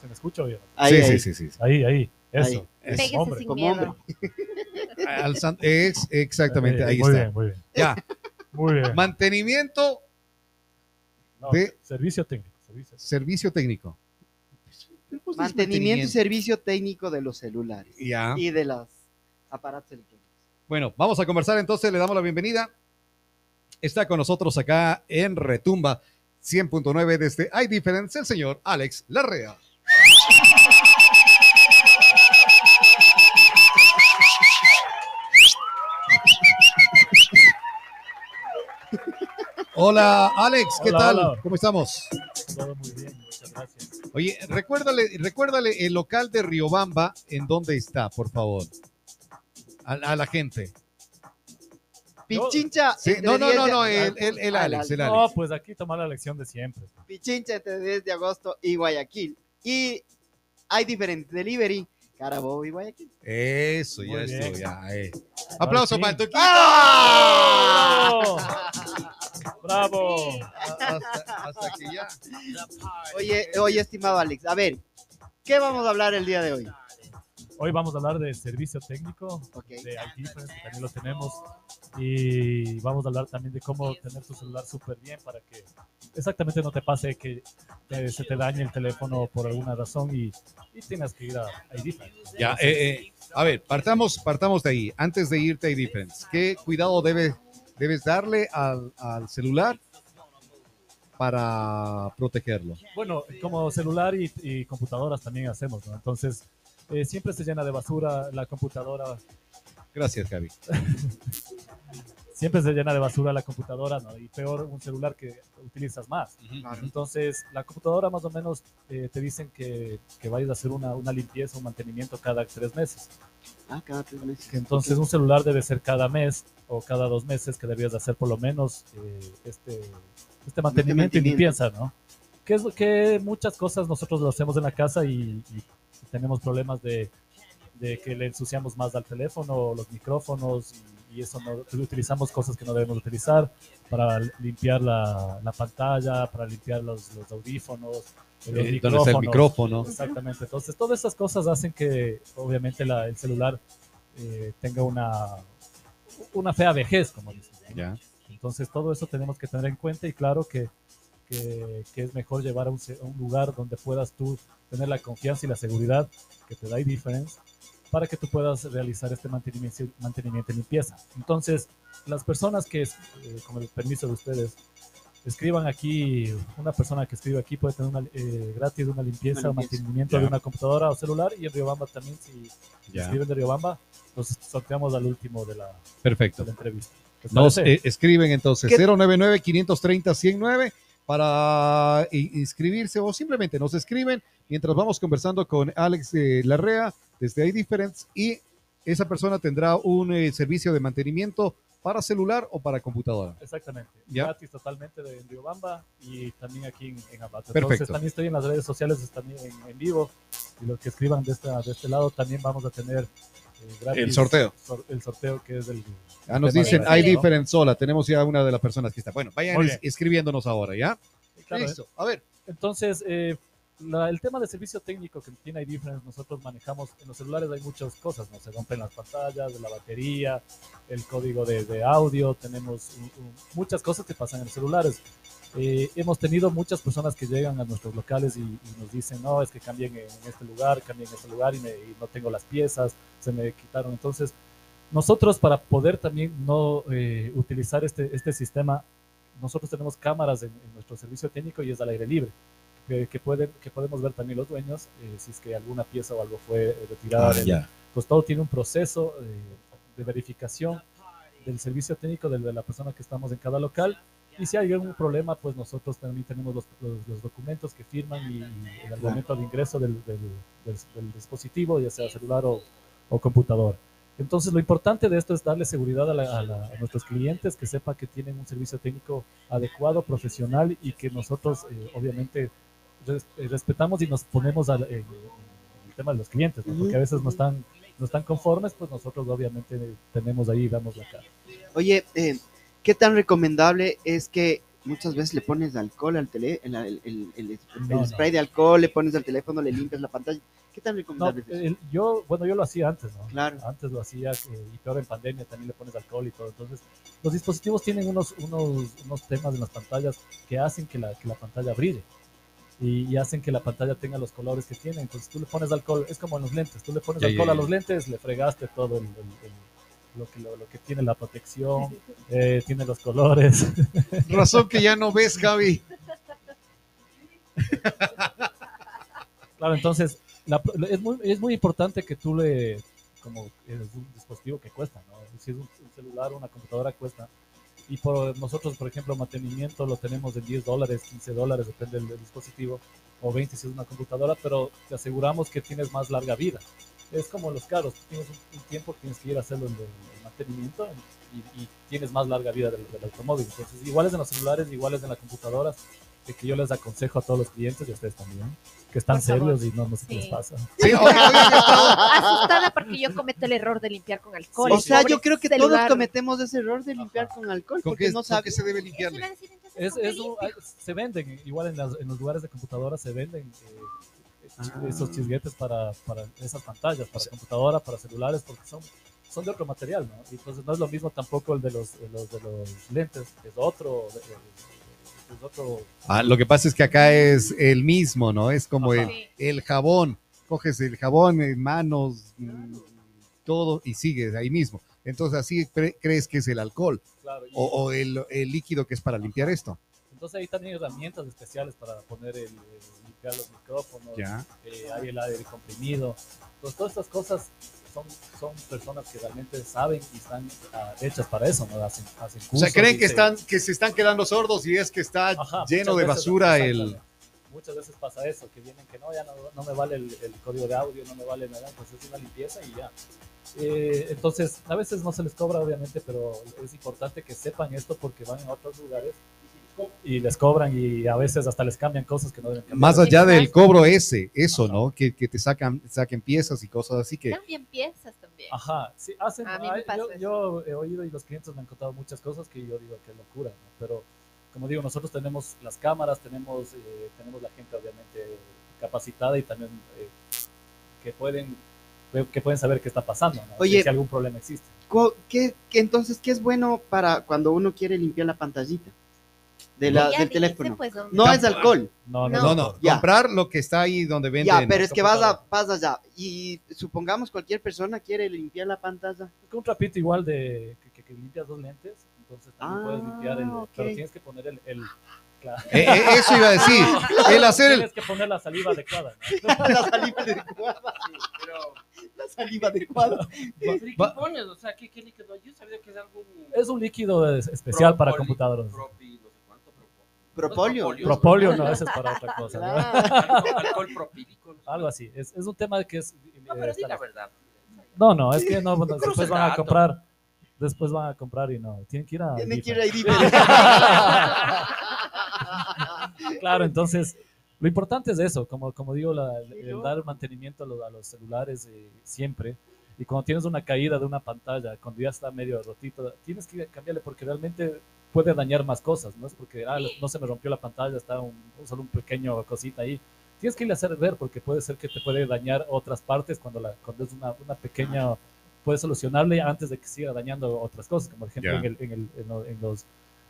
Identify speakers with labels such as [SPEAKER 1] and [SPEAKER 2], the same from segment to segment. [SPEAKER 1] Se me escucha bien.
[SPEAKER 2] Ahí,
[SPEAKER 3] sí,
[SPEAKER 2] ahí.
[SPEAKER 3] sí, sí, sí.
[SPEAKER 1] Ahí, ahí. Eso.
[SPEAKER 3] Eso.
[SPEAKER 4] Péguese
[SPEAKER 1] Hombre.
[SPEAKER 4] sin
[SPEAKER 2] Como
[SPEAKER 4] miedo.
[SPEAKER 3] Alzan- ex- exactamente,
[SPEAKER 1] Eh,
[SPEAKER 3] ahí
[SPEAKER 1] muy
[SPEAKER 3] está.
[SPEAKER 1] Bien, muy bien.
[SPEAKER 3] Ya,
[SPEAKER 1] Muy bien.
[SPEAKER 3] mantenimiento,
[SPEAKER 1] No, pues,
[SPEAKER 3] de-
[SPEAKER 1] Servicio técnico. servicio.
[SPEAKER 3] servicio técnico.
[SPEAKER 2] Mantenimiento y servicio técnico de los celulares
[SPEAKER 3] Ya.
[SPEAKER 2] y de los aparatos electrónicos.
[SPEAKER 3] Bueno, vamos a conversar entonces, le damos la bienvenida. Está con nosotros acá en Retumba 100.9 desde iDifference, el señor Alex Larrea. Hola Alex, ¿qué
[SPEAKER 1] Hola,
[SPEAKER 3] tal?
[SPEAKER 1] hola.
[SPEAKER 3] ¿Cómo estamos?
[SPEAKER 1] Todo muy bien. Muchas gracias.
[SPEAKER 3] Oye, recuérdale, recuérdale el local de Riobamba en dónde está, por favor. A, a la gente.
[SPEAKER 2] Pichincha.
[SPEAKER 3] Sí,
[SPEAKER 2] entre
[SPEAKER 3] no, no,
[SPEAKER 2] 10
[SPEAKER 3] no,
[SPEAKER 2] de-
[SPEAKER 3] no, el, el- el
[SPEAKER 2] al-
[SPEAKER 3] Alex,
[SPEAKER 2] al-
[SPEAKER 3] el
[SPEAKER 1] No,
[SPEAKER 3] Alex.
[SPEAKER 1] pues aquí toma la lección de siempre.
[SPEAKER 2] Pichincha entre 10 de agosto y Guayaquil. Y hay diferentes delivery, Carabobo y Guayaquil.
[SPEAKER 3] Eso, ya
[SPEAKER 1] Muy
[SPEAKER 3] estuvo,
[SPEAKER 1] bien.
[SPEAKER 3] ya. eh. Aplauso
[SPEAKER 1] sí. ¡Ah!
[SPEAKER 3] para el Toquito.
[SPEAKER 1] ¡Bravo! ¡Bravo!
[SPEAKER 3] Hasta, hasta que ya.
[SPEAKER 2] Oye, oye, estimado Alex, a ver, ¿qué vamos a hablar el día de hoy?
[SPEAKER 1] Hoy vamos a hablar de servicio técnico
[SPEAKER 2] Ok.
[SPEAKER 1] de IT, pues, que también lo tenemos. Y vamos a hablar también de cómo tener tu celular súper bien para que exactamente no te pase que te- se te dañe el teléfono por alguna razón y, y tengas que ir a pues. ID.
[SPEAKER 3] Ya, eh, eh, A ver, partamos, partamos de ahí. Antes de irte a Difference, ¿qué cuidado debe- debes darle al, al celular para protegerlo?
[SPEAKER 1] Bueno, como celular y, y computadoras también hacemos, ¿no? Entonces, eh, siempre se llena de basura la computadora,
[SPEAKER 3] Gracias, Javi.
[SPEAKER 1] siempre se llena de basura la computadora, ¿no? Y peor un celular que utilizas más. Entonces, la computadora más o menos eh, te dicen que, que vayas a hacer una, una limpieza, un mantenimiento cada tres meses.
[SPEAKER 2] Ah, cada tres meses.
[SPEAKER 1] Entonces, un celular debe ser cada mes o cada dos meses que debías de hacer por lo menos eh, este, este mantenimiento y
[SPEAKER 2] mantenimiento.
[SPEAKER 1] limpieza, ¿no? Que, es, lo que muchas cosas nosotros lo hacemos en la casa y, y tenemos problemas de, de que le ensuciamos más al teléfono, los micrófonos y, y eso, no, utilizamos cosas que no debemos utilizar para limpiar la, la pantalla, para limpiar los, los audífonos, los
[SPEAKER 3] Eh, ¿Dónde está el micrófono?
[SPEAKER 1] Exactamente. Entonces, todas esas cosas hacen que, obviamente, la- el celular eh, tenga una, una fea vejez, como dicen. ¿no?
[SPEAKER 3] Ya.
[SPEAKER 1] Entonces, todo eso tenemos que tener en cuenta y claro que, que- que es mejor llevar a un, ce- a un lugar donde puedas tú tener la confianza y la seguridad que te da iDifference para que tú puedas realizar este mantenimiento, mantenimiento y limpieza. Entonces, las personas que, es- eh, con el permiso de ustedes, escriban aquí, una persona que escribe aquí puede tener una, eh, gratis una limpieza
[SPEAKER 2] Una
[SPEAKER 1] o
[SPEAKER 2] limpieza.
[SPEAKER 1] mantenimiento de una computadora o celular y en Riobamba también, si
[SPEAKER 3] Ya.
[SPEAKER 1] escriben de Riobamba, los sorteamos al último de la, de
[SPEAKER 3] Perfecto.
[SPEAKER 1] la entrevista. ¿Les
[SPEAKER 3] Nos
[SPEAKER 1] parece?
[SPEAKER 3] eh, escriben entonces
[SPEAKER 2] ¿Qué-
[SPEAKER 3] 099-530-109 para i- inscribirse o simplemente nos escriben mientras vamos conversando con Alex eh, Larrea desde iDifference y esa persona tendrá un eh, servicio de mantenimiento para celular o para computadora.
[SPEAKER 1] Exactamente.
[SPEAKER 3] Ya.
[SPEAKER 1] Gratis totalmente de en Riobamba y también aquí en, en Ambato. Entonces
[SPEAKER 3] Perfecto.
[SPEAKER 1] también estoy en las redes sociales, también en, en vivo. Y los que escriban de, esta, de este lado también vamos a tener eh, gratis
[SPEAKER 3] El sorteo.
[SPEAKER 1] sor- el sorteo que es el...
[SPEAKER 3] Ya Ah, nos
[SPEAKER 1] Qué
[SPEAKER 3] dicen
[SPEAKER 1] maravilla.
[SPEAKER 3] iDifference sola, tenemos ya una de las personas que está. Bueno, vayan
[SPEAKER 1] Muy bien.
[SPEAKER 3] es- escribiéndonos ahora, ¿ya?
[SPEAKER 2] ¿eh?
[SPEAKER 1] Claro,
[SPEAKER 3] Listo. A ver,
[SPEAKER 1] Entonces, eh, la- el tema de servicio técnico que tiene iDifference, nosotros manejamos, en los celulares hay muchas cosas, ¿no? Se rompen las pantallas, la batería, el código de, de audio, tenemos un- un- muchas cosas que pasan en los celulares. Eh, hemos tenido muchas personas que llegan a nuestros locales y, y nos dicen, no, es que cambien en este lugar, cambien en este lugar y, me- y no tengo las piezas, se me quitaron. Entonces, nosotros para poder también no eh, utilizar este, este sistema, nosotros tenemos cámaras en- en nuestro servicio técnico y es al aire libre que, que, pueden, que podemos ver también los dueños, eh, si es que alguna pieza o algo fue eh, retirada del costado, tiene un proceso eh, de verificación del servicio técnico de, de la persona que estamos en cada local. Y si hay algún problema, pues nosotros también tenemos los, los- los documentos que firman y, y en el momento de ingreso del, del- del- del dispositivo, ya sea celular o, o computador. Entonces, lo importante de esto es darle seguridad a, la- a la- a nuestros clientes, que sepa que tienen un servicio técnico adecuado, profesional y que nosotros, eh, obviamente, res- eh, respetamos y nos ponemos al, en- en el tema de los clientes, ¿no? porque a veces no están, no están conformes, pues nosotros obviamente tenemos ahí, damos la cara.
[SPEAKER 2] Oye, eh, ¿qué tan recomendable es que muchas veces le pones alcohol al tele, el, el- el- el- el
[SPEAKER 1] No, no.
[SPEAKER 2] spray de alcohol, le pones al teléfono, le limpias la pantalla. ¿Qué tan
[SPEAKER 1] No,
[SPEAKER 2] recomendable es eso?
[SPEAKER 1] el- yo, bueno, yo lo hacía antes, ¿no?
[SPEAKER 2] Claro.
[SPEAKER 1] Antes lo hacía, eh, y peor en pandemia, también le pones alcohol y todo. Entonces, los dispositivos tienen unos, unos, unos temas en las pantallas que hacen que la, que la pantalla brille y, y hacen que la pantalla tenga los colores que tiene. Entonces, tú le pones alcohol, es como en los lentes, tú le pones
[SPEAKER 5] Ya,
[SPEAKER 1] alcohol
[SPEAKER 5] ya,
[SPEAKER 1] a
[SPEAKER 5] ya.
[SPEAKER 1] los lentes, le fregaste todo el- el- el- lo, que, lo, lo que tiene la protección, eh, tiene los colores.
[SPEAKER 3] Razón que ya no ves, Gaby.
[SPEAKER 1] Claro, entonces la pro- es, muy, es muy importante que tú le, como es un dispositivo que cuesta, ¿no? Si es un, un celular, una computadora cuesta. Y por nosotros, por ejemplo, mantenimiento lo tenemos de 10 dólares, 15 dólares, depende del, del dispositivo, o 20 si es una computadora, pero te aseguramos que tienes más larga vida. Es como los carros, tú tienes un, un tiempo, que tienes que ir a hacerlo el, el mantenimiento y, y tienes más larga vida del, del automóvil. Entonces, iguales en los celulares, iguales en las computadoras, de que yo les aconsejo a todos los clientes y a ustedes también, que están
[SPEAKER 4] Por favor.
[SPEAKER 1] serios y no, no sé qué les
[SPEAKER 4] Sí.
[SPEAKER 1] pasa.
[SPEAKER 3] Sí, hoy- hoy han estado-
[SPEAKER 4] Asustada porque yo cometo el error de limpiar con alcohol.
[SPEAKER 2] o sea, yo
[SPEAKER 4] Pobre
[SPEAKER 2] creo que
[SPEAKER 4] celular.
[SPEAKER 2] todos cometemos ese error de limpiar
[SPEAKER 1] Ajá.
[SPEAKER 2] con alcohol
[SPEAKER 3] ¿Con
[SPEAKER 2] porque
[SPEAKER 3] qué,
[SPEAKER 2] no
[SPEAKER 3] con qué
[SPEAKER 2] sabes.
[SPEAKER 3] se debe
[SPEAKER 4] Eso
[SPEAKER 3] limpiar?
[SPEAKER 4] iba a decir, entonces,
[SPEAKER 1] Es,
[SPEAKER 4] ¿con qué
[SPEAKER 1] es un- ah,
[SPEAKER 4] limpio?
[SPEAKER 1] se venden, igual en, las- en los lugares de computadoras se venden eh, chi- esos chisguetes para, para esas pantallas, para computadora, para celulares, porque son, son de otro material, ¿no? Y Entonces no es lo mismo tampoco el de los, de los, de los lentes, es otro, eh, es otro,
[SPEAKER 3] Ah, lo que pasa es que acá es el mismo, ¿no? Es como
[SPEAKER 1] Ajá.
[SPEAKER 3] el,
[SPEAKER 4] Sí.
[SPEAKER 3] el jabón. Coges el jabón, eh, manos, mm, todo y sigues ahí mismo. Entonces así cre- crees que es el alcohol
[SPEAKER 1] claro. y-
[SPEAKER 3] o, o el, el líquido que es para limpiar esto.
[SPEAKER 1] entonces ahí también hay herramientas especiales para poner el, el- limpiar los micrófonos,
[SPEAKER 3] Ya.
[SPEAKER 1] eh, hay el aire comprimido. Pues todas estas cosas son, son personas que realmente saben y están ah, hechas para eso, ¿no? Hacen, hacen
[SPEAKER 3] O sea,
[SPEAKER 1] cursos
[SPEAKER 3] creen
[SPEAKER 1] y
[SPEAKER 3] que
[SPEAKER 1] se-
[SPEAKER 3] están que se están quedando sordos y es que está
[SPEAKER 1] Ajá,
[SPEAKER 3] lleno
[SPEAKER 1] muchas
[SPEAKER 3] de
[SPEAKER 1] veces,
[SPEAKER 3] basura el
[SPEAKER 1] exactamente. Muchas veces pasa eso, que vienen que no, ya no, no me vale el, el código de audio, no me vale nada, pues es una limpieza y ya. Eh, entonces, a veces no se les cobra, obviamente, pero es importante que sepan esto porque van a otros lugares y les cobran y a veces hasta les cambian cosas que no deben cambiar.
[SPEAKER 3] más allá del
[SPEAKER 4] Exacto.
[SPEAKER 3] cobro ese, eso,
[SPEAKER 1] Ajá.
[SPEAKER 3] ¿no? Que, que te sacan saquen piezas y cosas así que
[SPEAKER 4] También piensas también.
[SPEAKER 1] Ajá, sí, hacen.
[SPEAKER 4] A mí me
[SPEAKER 1] ay,
[SPEAKER 4] pasa
[SPEAKER 1] yo, yo
[SPEAKER 4] eso.
[SPEAKER 1] he oído y los clientes me han contado muchas cosas que yo digo que locura, ¿no? pero como digo, nosotros tenemos las cámaras, tenemos, eh, tenemos la gente obviamente capacitada y también eh, que pueden que pueden saber qué está pasando, ¿no?
[SPEAKER 2] Oye.
[SPEAKER 1] si algún problema existe.
[SPEAKER 2] Co- ¿Qué, qué- entonces, ¿qué es bueno para cuando uno quiere limpiar la pantallita de la-
[SPEAKER 4] Ya
[SPEAKER 2] del
[SPEAKER 4] dijiste,
[SPEAKER 2] teléfono?
[SPEAKER 4] pues, hombre.
[SPEAKER 2] No es alcohol.
[SPEAKER 1] No, no,
[SPEAKER 4] No.
[SPEAKER 3] no, no,
[SPEAKER 2] Ya.
[SPEAKER 3] comprar lo que está ahí donde venden.
[SPEAKER 2] Ya, pero es que vas a,
[SPEAKER 1] computadora.
[SPEAKER 2] vas allá y supongamos cualquier persona quiere limpiar la pantalla.
[SPEAKER 1] Con un trapito igual de que, que- que limpias dos lentes, entonces también
[SPEAKER 2] Ah,
[SPEAKER 1] puedes limpiar el,
[SPEAKER 2] ok.
[SPEAKER 1] pero tienes que poner el, el- claro,
[SPEAKER 3] Eh, eh, eso iba a decir. El hacer el,
[SPEAKER 1] tienes que poner la saliva adecuada. ¿no?
[SPEAKER 2] la saliva adecuada. La saliva adecuada.
[SPEAKER 6] ¿Pero ¿y qué
[SPEAKER 3] va-
[SPEAKER 6] pones? O sea, ¿qué, qué líquido? Yo sabía que es algo...
[SPEAKER 1] Es un líquido es- especial para
[SPEAKER 6] Propoli-
[SPEAKER 1] computadoras.
[SPEAKER 6] Propi, no sé cuánto, pero-
[SPEAKER 2] Propolio.
[SPEAKER 6] Propolio.
[SPEAKER 1] Propolio, no, eso es para otra cosa. ¿no?
[SPEAKER 6] Alcohol, alcohol propílico. No, sé.
[SPEAKER 1] Algo así. Es, es un tema que es.
[SPEAKER 6] No, pero
[SPEAKER 1] eh,
[SPEAKER 6] di la
[SPEAKER 1] está-
[SPEAKER 6] verdad.
[SPEAKER 1] no, no, es que no, no,
[SPEAKER 6] Cruza
[SPEAKER 1] después
[SPEAKER 6] el
[SPEAKER 1] van a
[SPEAKER 6] dato.
[SPEAKER 1] comprar. Después van a comprar y no. Tienen que ir a.
[SPEAKER 2] Tiene que ir
[SPEAKER 1] Diffa.
[SPEAKER 2] ahí diferente.
[SPEAKER 1] Claro, entonces. Lo importante es eso, como, como digo, la- el, el
[SPEAKER 2] loco.
[SPEAKER 1] dar mantenimiento a los, a los celulares eh, siempre. Y cuando tienes una caída de una pantalla, cuando ya está medio rotito, tienes que cambiarle porque realmente puede dañar más cosas, ¿no? Es porque ah, no se me rompió la pantalla, está un, solo un pequeño cosita ahí. Tienes que irle a hacer ver porque puede ser que te puede dañar otras partes cuando, la, cuando es una, una pequeña... Puedes solucionarle antes de que siga dañando otras cosas, como por ejemplo
[SPEAKER 3] Ya.
[SPEAKER 1] en, el- en el- en lo- en los,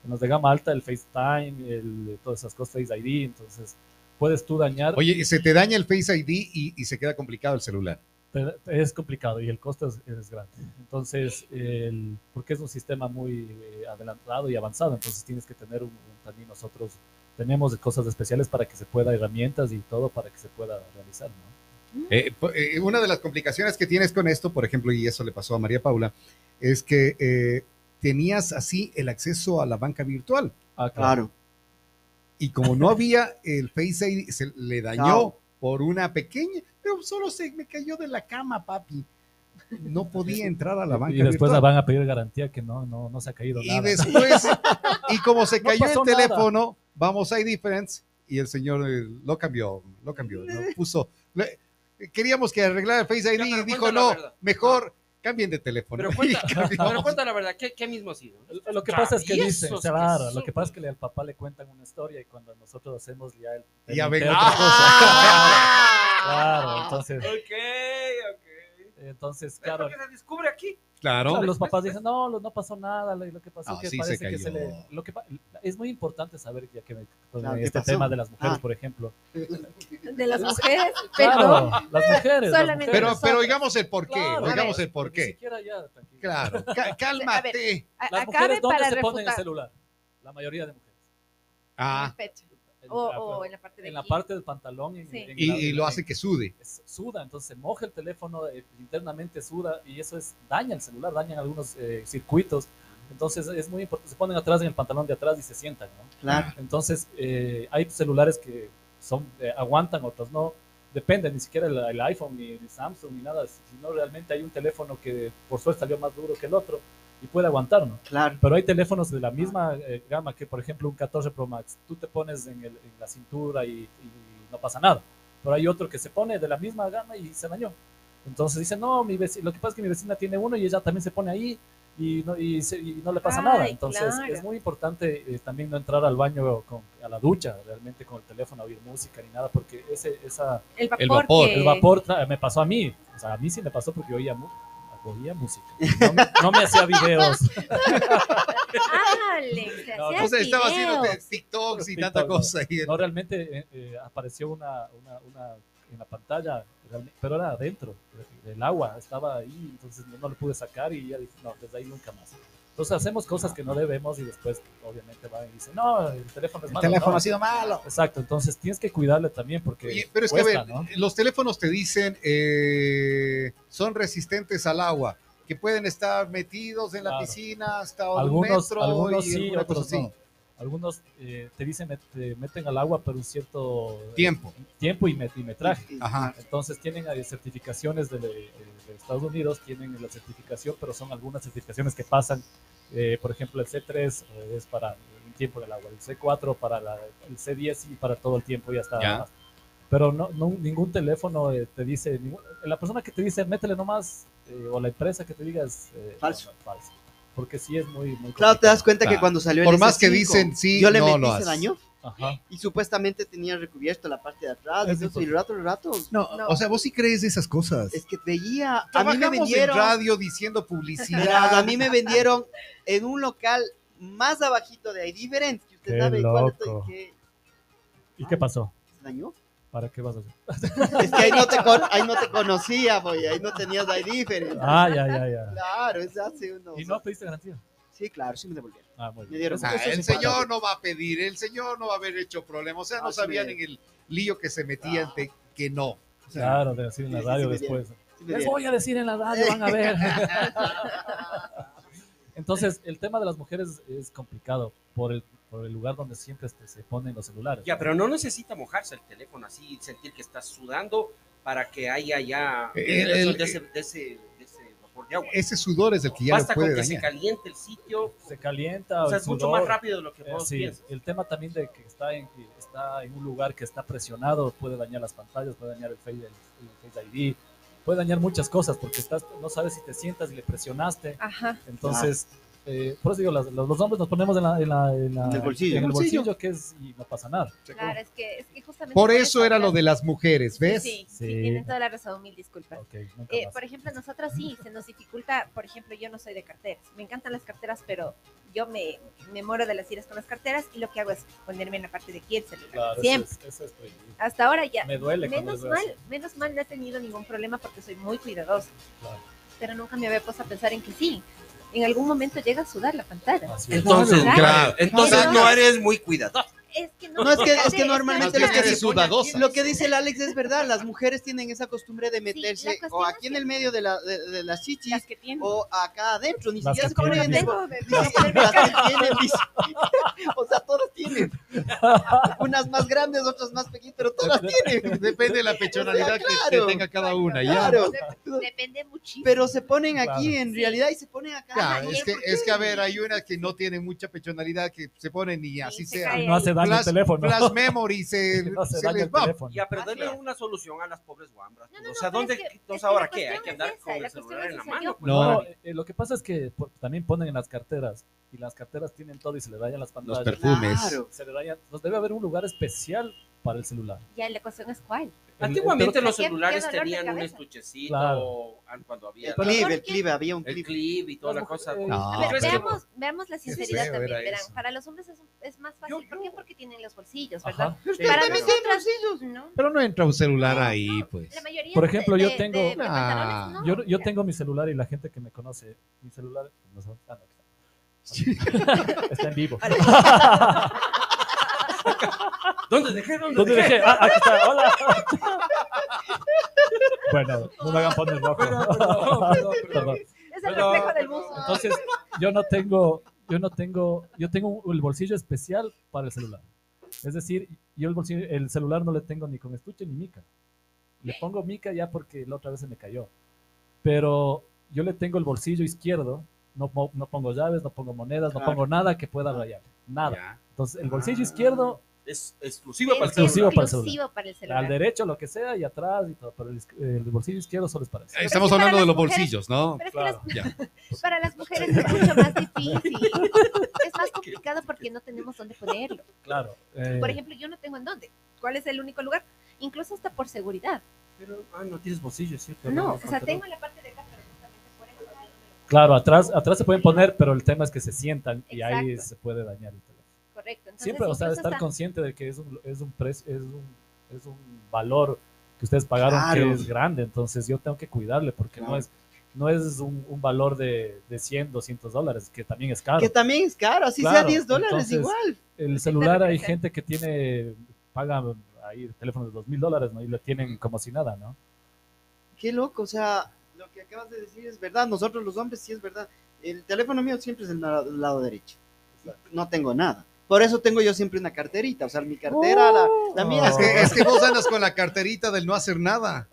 [SPEAKER 1] en los de gama alta, el FaceTime, el, todas esas cosas, Face ID, entonces puedes tú dañar,
[SPEAKER 3] Oye, y se te daña el Face ID y, y se queda complicado el celular.
[SPEAKER 1] te- es complicado y el costo es, es grande. Entonces, el- porque es un sistema muy eh, adelantado y avanzado, entonces tienes que tener un, un- también nosotros tenemos cosas especiales para que se pueda, herramientas y todo para que se pueda realizar, ¿no?
[SPEAKER 3] Eh, po- eh, una de las complicaciones que tienes con esto, por ejemplo, y eso le pasó a María Paula, es que eh, tenías así el acceso a la banca virtual.
[SPEAKER 1] Ah,
[SPEAKER 2] Claro.
[SPEAKER 3] Y como no había el Face ID, se le dañó
[SPEAKER 2] Chao.
[SPEAKER 3] por una pequeña, pero solo se me cayó de la cama, papi. No podía entrar a la banca
[SPEAKER 1] Y después
[SPEAKER 3] virtual.
[SPEAKER 1] van a pedir garantía que no, no, no se ha caído
[SPEAKER 3] Y
[SPEAKER 1] nada.
[SPEAKER 3] después, y como se
[SPEAKER 1] No
[SPEAKER 3] cayó
[SPEAKER 1] pasó
[SPEAKER 3] el
[SPEAKER 1] nada.
[SPEAKER 3] teléfono, vamos a iDifference y el señor eh, lo cambió, lo cambió, lo puso. le- queríamos que arreglara el Face ID
[SPEAKER 6] Ya,
[SPEAKER 3] y
[SPEAKER 6] pero
[SPEAKER 3] dijo,
[SPEAKER 6] cuenta la
[SPEAKER 3] no,
[SPEAKER 6] verdad".
[SPEAKER 3] mejor
[SPEAKER 7] Cambien de teléfono.
[SPEAKER 6] Pero cuenta, pero cuenta la verdad, ¿qué, qué mismo ha sido?
[SPEAKER 1] Lo que pasa es que
[SPEAKER 6] Traviesos
[SPEAKER 1] dice,
[SPEAKER 6] que
[SPEAKER 1] claro,
[SPEAKER 6] son,
[SPEAKER 1] lo que pasa es que
[SPEAKER 6] güey.
[SPEAKER 1] le- al papá le cuentan una historia y cuando nosotros hacemos ya el...
[SPEAKER 7] Ya
[SPEAKER 1] el-
[SPEAKER 7] ven.
[SPEAKER 1] otra
[SPEAKER 7] Ah.
[SPEAKER 1] cosa. Claro,
[SPEAKER 2] Ah.
[SPEAKER 1] entonces,
[SPEAKER 6] Ok, ok.
[SPEAKER 1] entonces,
[SPEAKER 6] Es
[SPEAKER 1] claro,
[SPEAKER 6] lo que se descubre aquí.
[SPEAKER 7] Claro.
[SPEAKER 1] Claro, los papás dicen, no, lo- no pasó nada, lo, lo que pasó
[SPEAKER 7] Ah,
[SPEAKER 1] que
[SPEAKER 7] sí, se
[SPEAKER 1] parece que
[SPEAKER 7] cayó.
[SPEAKER 1] se le... Lo que, pa- es muy importante saber, ya que me, con
[SPEAKER 2] Claro, ¿qué
[SPEAKER 1] este
[SPEAKER 2] pasó?
[SPEAKER 1] tema de las mujeres,
[SPEAKER 2] Ah.
[SPEAKER 1] por ejemplo.
[SPEAKER 4] De las mujeres,
[SPEAKER 1] Claro,
[SPEAKER 4] perdón.
[SPEAKER 1] las mujeres. las
[SPEAKER 4] Solamente
[SPEAKER 1] mujeres.
[SPEAKER 7] Pero, pero oigamos el porqué.
[SPEAKER 1] Claro,
[SPEAKER 7] oigamos
[SPEAKER 1] claro,
[SPEAKER 7] el porqué.
[SPEAKER 1] Ni siquiera ya, tranquilo.
[SPEAKER 7] Claro. Cá-
[SPEAKER 4] A
[SPEAKER 7] Cálmate.
[SPEAKER 4] A-
[SPEAKER 1] Las
[SPEAKER 4] Acabe
[SPEAKER 1] mujeres, ¿dónde
[SPEAKER 4] para
[SPEAKER 1] se ponen el
[SPEAKER 4] refutar.
[SPEAKER 1] celular? La mayoría de mujeres.
[SPEAKER 4] En el
[SPEAKER 7] Ah,
[SPEAKER 4] pecho.
[SPEAKER 1] El-
[SPEAKER 4] O,
[SPEAKER 1] ah,
[SPEAKER 4] o
[SPEAKER 1] pero-
[SPEAKER 4] en la parte de
[SPEAKER 1] en la
[SPEAKER 4] aquí.
[SPEAKER 1] parte del pantalón. y en-
[SPEAKER 4] Sí.
[SPEAKER 1] en
[SPEAKER 7] y,
[SPEAKER 1] la-
[SPEAKER 7] y lo
[SPEAKER 1] en-
[SPEAKER 7] hace que sude.
[SPEAKER 1] es- suda, entonces se moja el teléfono, eh, internamente suda y eso es daña el celular, dañan algunos eh, circuitos. Entonces es muy importante, se ponen atrás en el pantalón de atrás y se sientan, ¿no?
[SPEAKER 2] Claro.
[SPEAKER 1] Entonces, eh, hay celulares que son eh, aguantan, otros no. Depende, ni siquiera el, el iPhone, ni el Samsung, ni nada. Sino realmente hay un teléfono que por suerte salió más duro que el otro y puede aguantarnos.
[SPEAKER 2] Claro.
[SPEAKER 1] Pero hay teléfonos de la misma eh, gama que, por ejemplo, un 14 Pro Max. Tú te pones en, el- en la cintura y, y no pasa nada. Pero hay otro que se pone de la misma gama y se dañó. Entonces dice, no, mi vecina, lo que pasa es que mi vecina tiene uno y ella también se pone ahí y no, y se- y no le pasa
[SPEAKER 4] Ay,
[SPEAKER 1] nada. Entonces
[SPEAKER 4] claro.
[SPEAKER 1] es muy importante eh, también no entrar al baño, con, a la ducha, realmente con el teléfono, a oír música ni nada, porque ese, esa,
[SPEAKER 4] El vapor.
[SPEAKER 7] El vapor,
[SPEAKER 4] que-
[SPEAKER 1] el vapor tra- me pasó a mí. O sea, a mí sí me pasó porque yo oía, mu- oía música. No me- no me hacía videos.
[SPEAKER 4] Alex, te
[SPEAKER 1] No,
[SPEAKER 4] hacías
[SPEAKER 1] no.
[SPEAKER 7] O sea, estaba haciendo
[SPEAKER 4] videos.
[SPEAKER 7] TikToks y
[SPEAKER 1] TikTok,
[SPEAKER 7] tanta
[SPEAKER 1] no.
[SPEAKER 7] cosa. y-
[SPEAKER 1] No, realmente eh, eh, apareció una, una, una en la pantalla, realme- pero era adentro eh, del agua, estaba ahí, entonces no, no lo pude sacar y ya dije, no, desde ahí nunca más. Entonces hacemos cosas que no debemos y después obviamente van y dicen, no, el teléfono es
[SPEAKER 3] El
[SPEAKER 1] malo.
[SPEAKER 3] teléfono
[SPEAKER 1] no".
[SPEAKER 3] ha sido malo.
[SPEAKER 1] Exacto, entonces tienes que cuidarle también porque
[SPEAKER 7] Oye, pero es que a
[SPEAKER 1] cuesta,
[SPEAKER 7] ver,
[SPEAKER 1] ¿no?
[SPEAKER 7] los teléfonos te dicen eh, son resistentes al agua, que pueden estar metidos en la
[SPEAKER 1] Claro.
[SPEAKER 7] piscina hasta un
[SPEAKER 1] Algunos,
[SPEAKER 7] metro
[SPEAKER 1] algunos
[SPEAKER 7] y
[SPEAKER 1] sí,
[SPEAKER 7] alguna cosa
[SPEAKER 1] otros
[SPEAKER 7] así.
[SPEAKER 1] no. Algunos eh, te dicen, me- te meten al agua por un cierto eh,
[SPEAKER 7] Tiempo.
[SPEAKER 1] tiempo y, met- y metraje.
[SPEAKER 7] Ajá.
[SPEAKER 1] Entonces tienen eh, certificaciones de, de- de Estados Unidos, tienen la certificación, pero son algunas certificaciones que pasan. eh, por ejemplo, el C3 es para el tiempo del agua, el C4 para la- el C10 y para todo el tiempo y hasta.
[SPEAKER 7] Ya.
[SPEAKER 1] Pero no, no- ningún teléfono eh, te dice, ningún- la persona que te dice métele nomás, eh, o la empresa que te diga es eh,
[SPEAKER 2] Falso.
[SPEAKER 1] no, no, falso. Porque sí es muy, muy
[SPEAKER 2] Claro, te das
[SPEAKER 1] complicado.
[SPEAKER 2] cuenta
[SPEAKER 7] Claro.
[SPEAKER 2] que cuando salió el
[SPEAKER 7] Ah. Por más que
[SPEAKER 2] S5,
[SPEAKER 7] dicen sí,
[SPEAKER 2] yo le
[SPEAKER 7] no
[SPEAKER 2] metí,
[SPEAKER 7] lo
[SPEAKER 2] se
[SPEAKER 7] haces.
[SPEAKER 2] dañó,
[SPEAKER 1] Ajá.
[SPEAKER 2] y supuestamente tenía recubierto la parte de atrás,
[SPEAKER 1] Es
[SPEAKER 2] y todo, y el rato, el rato,
[SPEAKER 3] No,
[SPEAKER 4] No.
[SPEAKER 3] o sea, vos sí crees esas cosas.
[SPEAKER 2] es que veía, a mí me
[SPEAKER 7] Trabajamos en
[SPEAKER 2] vendieron,
[SPEAKER 7] radio diciendo
[SPEAKER 2] verás, a
[SPEAKER 7] publicidad.
[SPEAKER 2] mí me vendieron en un local más abajito de ahí, diferente, que usted
[SPEAKER 1] Qué
[SPEAKER 2] sabe cuál estoy,
[SPEAKER 1] loco.
[SPEAKER 2] que
[SPEAKER 1] ¿Y qué pasó?
[SPEAKER 2] se dañó.
[SPEAKER 1] ¿Para qué vas a hacer?
[SPEAKER 2] Es que ahí no te, con- ahí no te conocía, boy, ahí no tenías ahí diferente.
[SPEAKER 1] Ah, ya, ya, ya.
[SPEAKER 2] Claro, es hace uno.
[SPEAKER 1] ¿Y no pediste garantía?
[SPEAKER 2] Sí, claro, sí me devolvieron.
[SPEAKER 1] Ah, muy bien.
[SPEAKER 2] Me dieron-
[SPEAKER 1] Eso-
[SPEAKER 7] Ah,
[SPEAKER 1] eso es
[SPEAKER 7] el
[SPEAKER 1] importante.
[SPEAKER 7] señor no va a pedir, el señor no va a haber hecho problema. O sea, no
[SPEAKER 2] Así
[SPEAKER 7] sabían
[SPEAKER 2] es.
[SPEAKER 7] en el lío que se metían
[SPEAKER 2] Ah.
[SPEAKER 7] de que no. O sea,
[SPEAKER 1] Claro, de decir en
[SPEAKER 2] Sí,
[SPEAKER 1] la
[SPEAKER 2] sí,
[SPEAKER 1] radio
[SPEAKER 2] sí, me
[SPEAKER 1] después.
[SPEAKER 2] Sí me
[SPEAKER 1] Les
[SPEAKER 2] dieron.
[SPEAKER 1] voy a decir en la radio, van a ver. Entonces, el tema de las mujeres es complicado por el, por el lugar donde siempre este, se ponen los celulares.
[SPEAKER 6] Ya, pero no necesita mojarse el teléfono así, sentir que está sudando para que haya ya
[SPEAKER 7] Eh,
[SPEAKER 6] eso,
[SPEAKER 7] el-
[SPEAKER 6] de, ese, de, ese, de ese vapor de agua.
[SPEAKER 7] Ese sudor es el que ya lo
[SPEAKER 6] Basta con
[SPEAKER 7] puede
[SPEAKER 6] que se
[SPEAKER 7] dañar.
[SPEAKER 6] caliente el sitio.
[SPEAKER 1] Se calienta.
[SPEAKER 6] o sea,
[SPEAKER 1] Ah, el
[SPEAKER 6] es mucho
[SPEAKER 1] sudor.
[SPEAKER 6] más rápido de lo que
[SPEAKER 1] Eh,
[SPEAKER 6] vos
[SPEAKER 1] sí,
[SPEAKER 6] piensas.
[SPEAKER 1] el tema también de que está en, que está en un lugar que está presionado puede dañar las pantallas, puede dañar el Face, el, el Face ID, puede dañar muchas cosas porque estás, no sabes si te sientas y le presionaste.
[SPEAKER 4] Ajá.
[SPEAKER 1] Entonces, eh, por eso digo, las- los, los hombres nos ponemos en, la- en la- en la-
[SPEAKER 2] En el bolsillo.
[SPEAKER 1] en el
[SPEAKER 7] El bolsillo.
[SPEAKER 1] bolsillo, que es, y no pasa nada.
[SPEAKER 4] Claro, es que, es que justamente.
[SPEAKER 7] Por eso era
[SPEAKER 4] hablas-
[SPEAKER 7] lo de las mujeres, ¿ves?
[SPEAKER 4] Sí, sí, sí,
[SPEAKER 1] Sí.
[SPEAKER 4] tienen toda la razón, mil disculpas.
[SPEAKER 1] Ok, nunca
[SPEAKER 4] Eh,
[SPEAKER 1] más.
[SPEAKER 4] por ejemplo, nosotras sí, se nos dificulta, por ejemplo, yo no soy de carteras, me encantan las carteras, pero yo me, me muero de las iras con las carteras y lo que hago es ponerme en la parte de aquí el celular,
[SPEAKER 1] Claro, eso
[SPEAKER 4] siempre.
[SPEAKER 1] es- eso es prohibido.
[SPEAKER 4] Hasta ahora ya,
[SPEAKER 1] Me duele cuando
[SPEAKER 4] menos
[SPEAKER 1] veo
[SPEAKER 4] mal,
[SPEAKER 1] eso.
[SPEAKER 4] menos mal no he tenido ningún problema porque soy muy cuidadosa,
[SPEAKER 1] Claro.
[SPEAKER 4] pero nunca me había puesto a pensar en que sí, en algún momento llega a sudar la pantalla.
[SPEAKER 1] Así es.
[SPEAKER 6] Entonces,
[SPEAKER 4] Claro.
[SPEAKER 7] Claro.
[SPEAKER 6] entonces
[SPEAKER 4] Claro.
[SPEAKER 6] no eres muy cuidadoso.
[SPEAKER 4] Es que no,
[SPEAKER 2] No, es que,
[SPEAKER 4] no
[SPEAKER 2] es
[SPEAKER 4] sé,
[SPEAKER 2] que normalmente
[SPEAKER 7] no
[SPEAKER 2] lo
[SPEAKER 7] sé.
[SPEAKER 2] que,
[SPEAKER 7] Es que
[SPEAKER 2] dice-
[SPEAKER 7] sudadosa.
[SPEAKER 2] lo que dice el Alex es verdad, las mujeres tienen esa costumbre de meterse
[SPEAKER 4] cuestión
[SPEAKER 2] o
[SPEAKER 4] es
[SPEAKER 2] aquí en el medio de, la, de, de las chichis
[SPEAKER 4] las que tienen.
[SPEAKER 2] o acá adentro, ni
[SPEAKER 1] Las
[SPEAKER 2] siquiera
[SPEAKER 1] que
[SPEAKER 2] se ponen
[SPEAKER 1] tienen,
[SPEAKER 2] de-
[SPEAKER 4] Tengo-
[SPEAKER 2] ni siquiera las que tienen, dice. o sea, todas tienen, unas más grandes, otras más pequeñas, pero todas tienen,
[SPEAKER 7] Depende de la pechonalidad que-
[SPEAKER 2] Claro.
[SPEAKER 7] que tenga cada una. Ya.
[SPEAKER 2] claro,
[SPEAKER 4] Depende muchísimo.
[SPEAKER 2] pero se ponen aquí
[SPEAKER 1] Claro.
[SPEAKER 2] en realidad y se ponen acá.
[SPEAKER 7] Ya,
[SPEAKER 4] Ajá, ¿y
[SPEAKER 7] es, que,
[SPEAKER 4] por
[SPEAKER 7] es que, a ver, hay unas que no tienen mucha pechonalidad, que se ponen y así
[SPEAKER 4] se
[SPEAKER 7] sea.
[SPEAKER 4] cae.
[SPEAKER 1] No hace daña
[SPEAKER 7] Flash-
[SPEAKER 1] el teléfono.
[SPEAKER 7] Flash memory se,
[SPEAKER 1] no se,
[SPEAKER 7] se
[SPEAKER 1] daña
[SPEAKER 7] les
[SPEAKER 1] el
[SPEAKER 7] va.
[SPEAKER 1] teléfono.
[SPEAKER 6] Ya, pero
[SPEAKER 4] Ah,
[SPEAKER 6] denle
[SPEAKER 4] claro.
[SPEAKER 6] una solución a las pobres guambras.
[SPEAKER 4] No, no,
[SPEAKER 6] o sea,
[SPEAKER 4] no, pero
[SPEAKER 6] ¿dónde,
[SPEAKER 4] es que-
[SPEAKER 6] entonces
[SPEAKER 4] es que
[SPEAKER 6] ahora
[SPEAKER 4] la
[SPEAKER 6] qué? Hay
[SPEAKER 4] cuestión
[SPEAKER 6] que
[SPEAKER 4] es
[SPEAKER 6] andar
[SPEAKER 4] esa,
[SPEAKER 6] con
[SPEAKER 4] la
[SPEAKER 6] el
[SPEAKER 4] cuestión
[SPEAKER 6] celular
[SPEAKER 4] es
[SPEAKER 6] en la
[SPEAKER 4] esa,
[SPEAKER 6] mano.
[SPEAKER 4] yo-
[SPEAKER 6] pues.
[SPEAKER 1] No,
[SPEAKER 7] No.
[SPEAKER 1] eh, eh, lo que pasa es que por- también ponen en las carteras y las carteras tienen todo y se le dañan las
[SPEAKER 3] Los
[SPEAKER 1] pantallas.
[SPEAKER 3] perfumes.
[SPEAKER 2] Claro.
[SPEAKER 1] se le dañan. Nos debe haber un lugar especial para el celular.
[SPEAKER 4] Ya la cuestión es cuál.
[SPEAKER 1] El-
[SPEAKER 6] Antiguamente
[SPEAKER 4] pero-
[SPEAKER 6] los
[SPEAKER 4] Qué- qué
[SPEAKER 6] celulares
[SPEAKER 4] dolor de
[SPEAKER 6] tenían un
[SPEAKER 4] cabeza.
[SPEAKER 6] estuchecito
[SPEAKER 1] Claro.
[SPEAKER 6] al- cuando había
[SPEAKER 2] El
[SPEAKER 6] la-
[SPEAKER 2] clip, el clip, había un
[SPEAKER 6] el
[SPEAKER 2] clip.
[SPEAKER 6] clip y toda la
[SPEAKER 1] Las mujeres-
[SPEAKER 6] cosa.
[SPEAKER 1] eh,
[SPEAKER 3] No,
[SPEAKER 4] A
[SPEAKER 3] Ah,
[SPEAKER 4] ver,
[SPEAKER 3] pero-
[SPEAKER 4] veamos, veamos la sinceridad
[SPEAKER 3] feo
[SPEAKER 4] también,
[SPEAKER 3] era
[SPEAKER 4] verán.
[SPEAKER 3] eso.
[SPEAKER 4] Para los hombres es, un- es más fácil.
[SPEAKER 6] Yo-
[SPEAKER 4] ¿Por
[SPEAKER 6] yo-
[SPEAKER 4] qué? Porque tienen los bolsillos,
[SPEAKER 1] Ajá.
[SPEAKER 4] ¿verdad?
[SPEAKER 6] Pero
[SPEAKER 4] Para
[SPEAKER 6] también
[SPEAKER 4] nosotras, no.
[SPEAKER 3] Pero no entra un celular ahí,
[SPEAKER 4] No,
[SPEAKER 3] pues.
[SPEAKER 4] La mayoría
[SPEAKER 1] Por
[SPEAKER 4] de-
[SPEAKER 1] ejemplo,
[SPEAKER 4] de-
[SPEAKER 1] yo
[SPEAKER 4] de-
[SPEAKER 1] tengo-
[SPEAKER 4] de pantalones,
[SPEAKER 3] Ah.
[SPEAKER 4] no,
[SPEAKER 1] Yo, yo
[SPEAKER 4] mira.
[SPEAKER 1] tengo mi celular y la gente que me conoce, mi celular no sé, ah, no, está. está en vivo.
[SPEAKER 6] ¿Dónde dejé? ¿Dónde,
[SPEAKER 1] ¿Dónde
[SPEAKER 6] dejé?
[SPEAKER 1] dejé? Ah, aquí está. Hola. Bueno, no me hagan poner rojo.
[SPEAKER 6] Perdón, perdón, perdón,
[SPEAKER 1] Perdón.
[SPEAKER 4] Es el
[SPEAKER 6] Pero-
[SPEAKER 4] reflejo del
[SPEAKER 6] pero-
[SPEAKER 4] buzo.
[SPEAKER 1] Entonces, yo no tengo, yo no tengo, yo tengo un- el bolsillo especial para el celular. Es decir, yo el bolsillo, el celular no le tengo ni con estuche ni mica. Le pongo mica ya porque la otra vez se me cayó. Pero yo le tengo el bolsillo izquierdo, no, po- no pongo llaves, no pongo monedas, no
[SPEAKER 2] Claro.
[SPEAKER 1] pongo nada que pueda rayar. Nada.
[SPEAKER 6] Ya.
[SPEAKER 1] Entonces, el bolsillo
[SPEAKER 6] Ah.
[SPEAKER 1] izquierdo,
[SPEAKER 6] Es exclusivo para el
[SPEAKER 1] Exclusivo
[SPEAKER 6] celular.
[SPEAKER 1] para el
[SPEAKER 4] Exclusivo para el
[SPEAKER 1] al
[SPEAKER 4] celular.
[SPEAKER 1] derecho, lo que sea, y atrás y todo. Pero el, is- el bolsillo izquierdo solo es para eso.
[SPEAKER 3] Estamos
[SPEAKER 4] que para
[SPEAKER 3] hablando de los
[SPEAKER 4] las mujeres-
[SPEAKER 3] bolsillos, ¿no?
[SPEAKER 4] Pero es que
[SPEAKER 1] Claro.
[SPEAKER 4] las-
[SPEAKER 3] Ya.
[SPEAKER 4] para las mujeres es mucho más difícil. Es más complicado porque no tenemos dónde ponerlo.
[SPEAKER 1] Claro. eh,
[SPEAKER 4] Por ejemplo, yo no tengo en dónde. ¿Cuál es el único lugar? Incluso hasta por seguridad.
[SPEAKER 6] Pero, ah, no tienes bolsillo, es cierto.
[SPEAKER 4] No, o sea,
[SPEAKER 6] falta-
[SPEAKER 4] tengo la parte de acá, pero justamente por eso.
[SPEAKER 1] Claro, atrás, atrás se pueden poner, pero el tema es que se sientan y ahí
[SPEAKER 4] Exacto.
[SPEAKER 1] se puede dañar el teléfono.
[SPEAKER 4] Correcto. Entonces,
[SPEAKER 1] Siempre, o sea,
[SPEAKER 4] incluso
[SPEAKER 1] estar
[SPEAKER 4] hasta-
[SPEAKER 1] consciente de que es un, es un, pres- es un, es un valor que ustedes pagaron
[SPEAKER 2] Claro.
[SPEAKER 1] que es grande, entonces yo tengo que cuidarle porque no
[SPEAKER 2] Claro.
[SPEAKER 1] es, no es un, un valor de, de 100, 200 dólares, que también es caro.
[SPEAKER 2] Que también es caro, así sea
[SPEAKER 1] Claro,
[SPEAKER 2] 10 dólares
[SPEAKER 1] entonces-
[SPEAKER 2] igual.
[SPEAKER 1] El celular hay
[SPEAKER 4] representa.
[SPEAKER 1] gente que tiene, paga ahí teléfonos de 2 mil dólares ¿no? y lo tienen como si nada, ¿no?
[SPEAKER 2] Qué loco, o sea, lo que acabas de decir es verdad. Nosotros los hombres sí es verdad. El teléfono mío siempre es del la- del lado derecho. No tengo nada. Por eso tengo yo siempre una carterita, o sea, mi cartera, la, la mía.
[SPEAKER 1] Oh.
[SPEAKER 2] es
[SPEAKER 3] Es que, es que vos andas con la carterita del no hacer nada.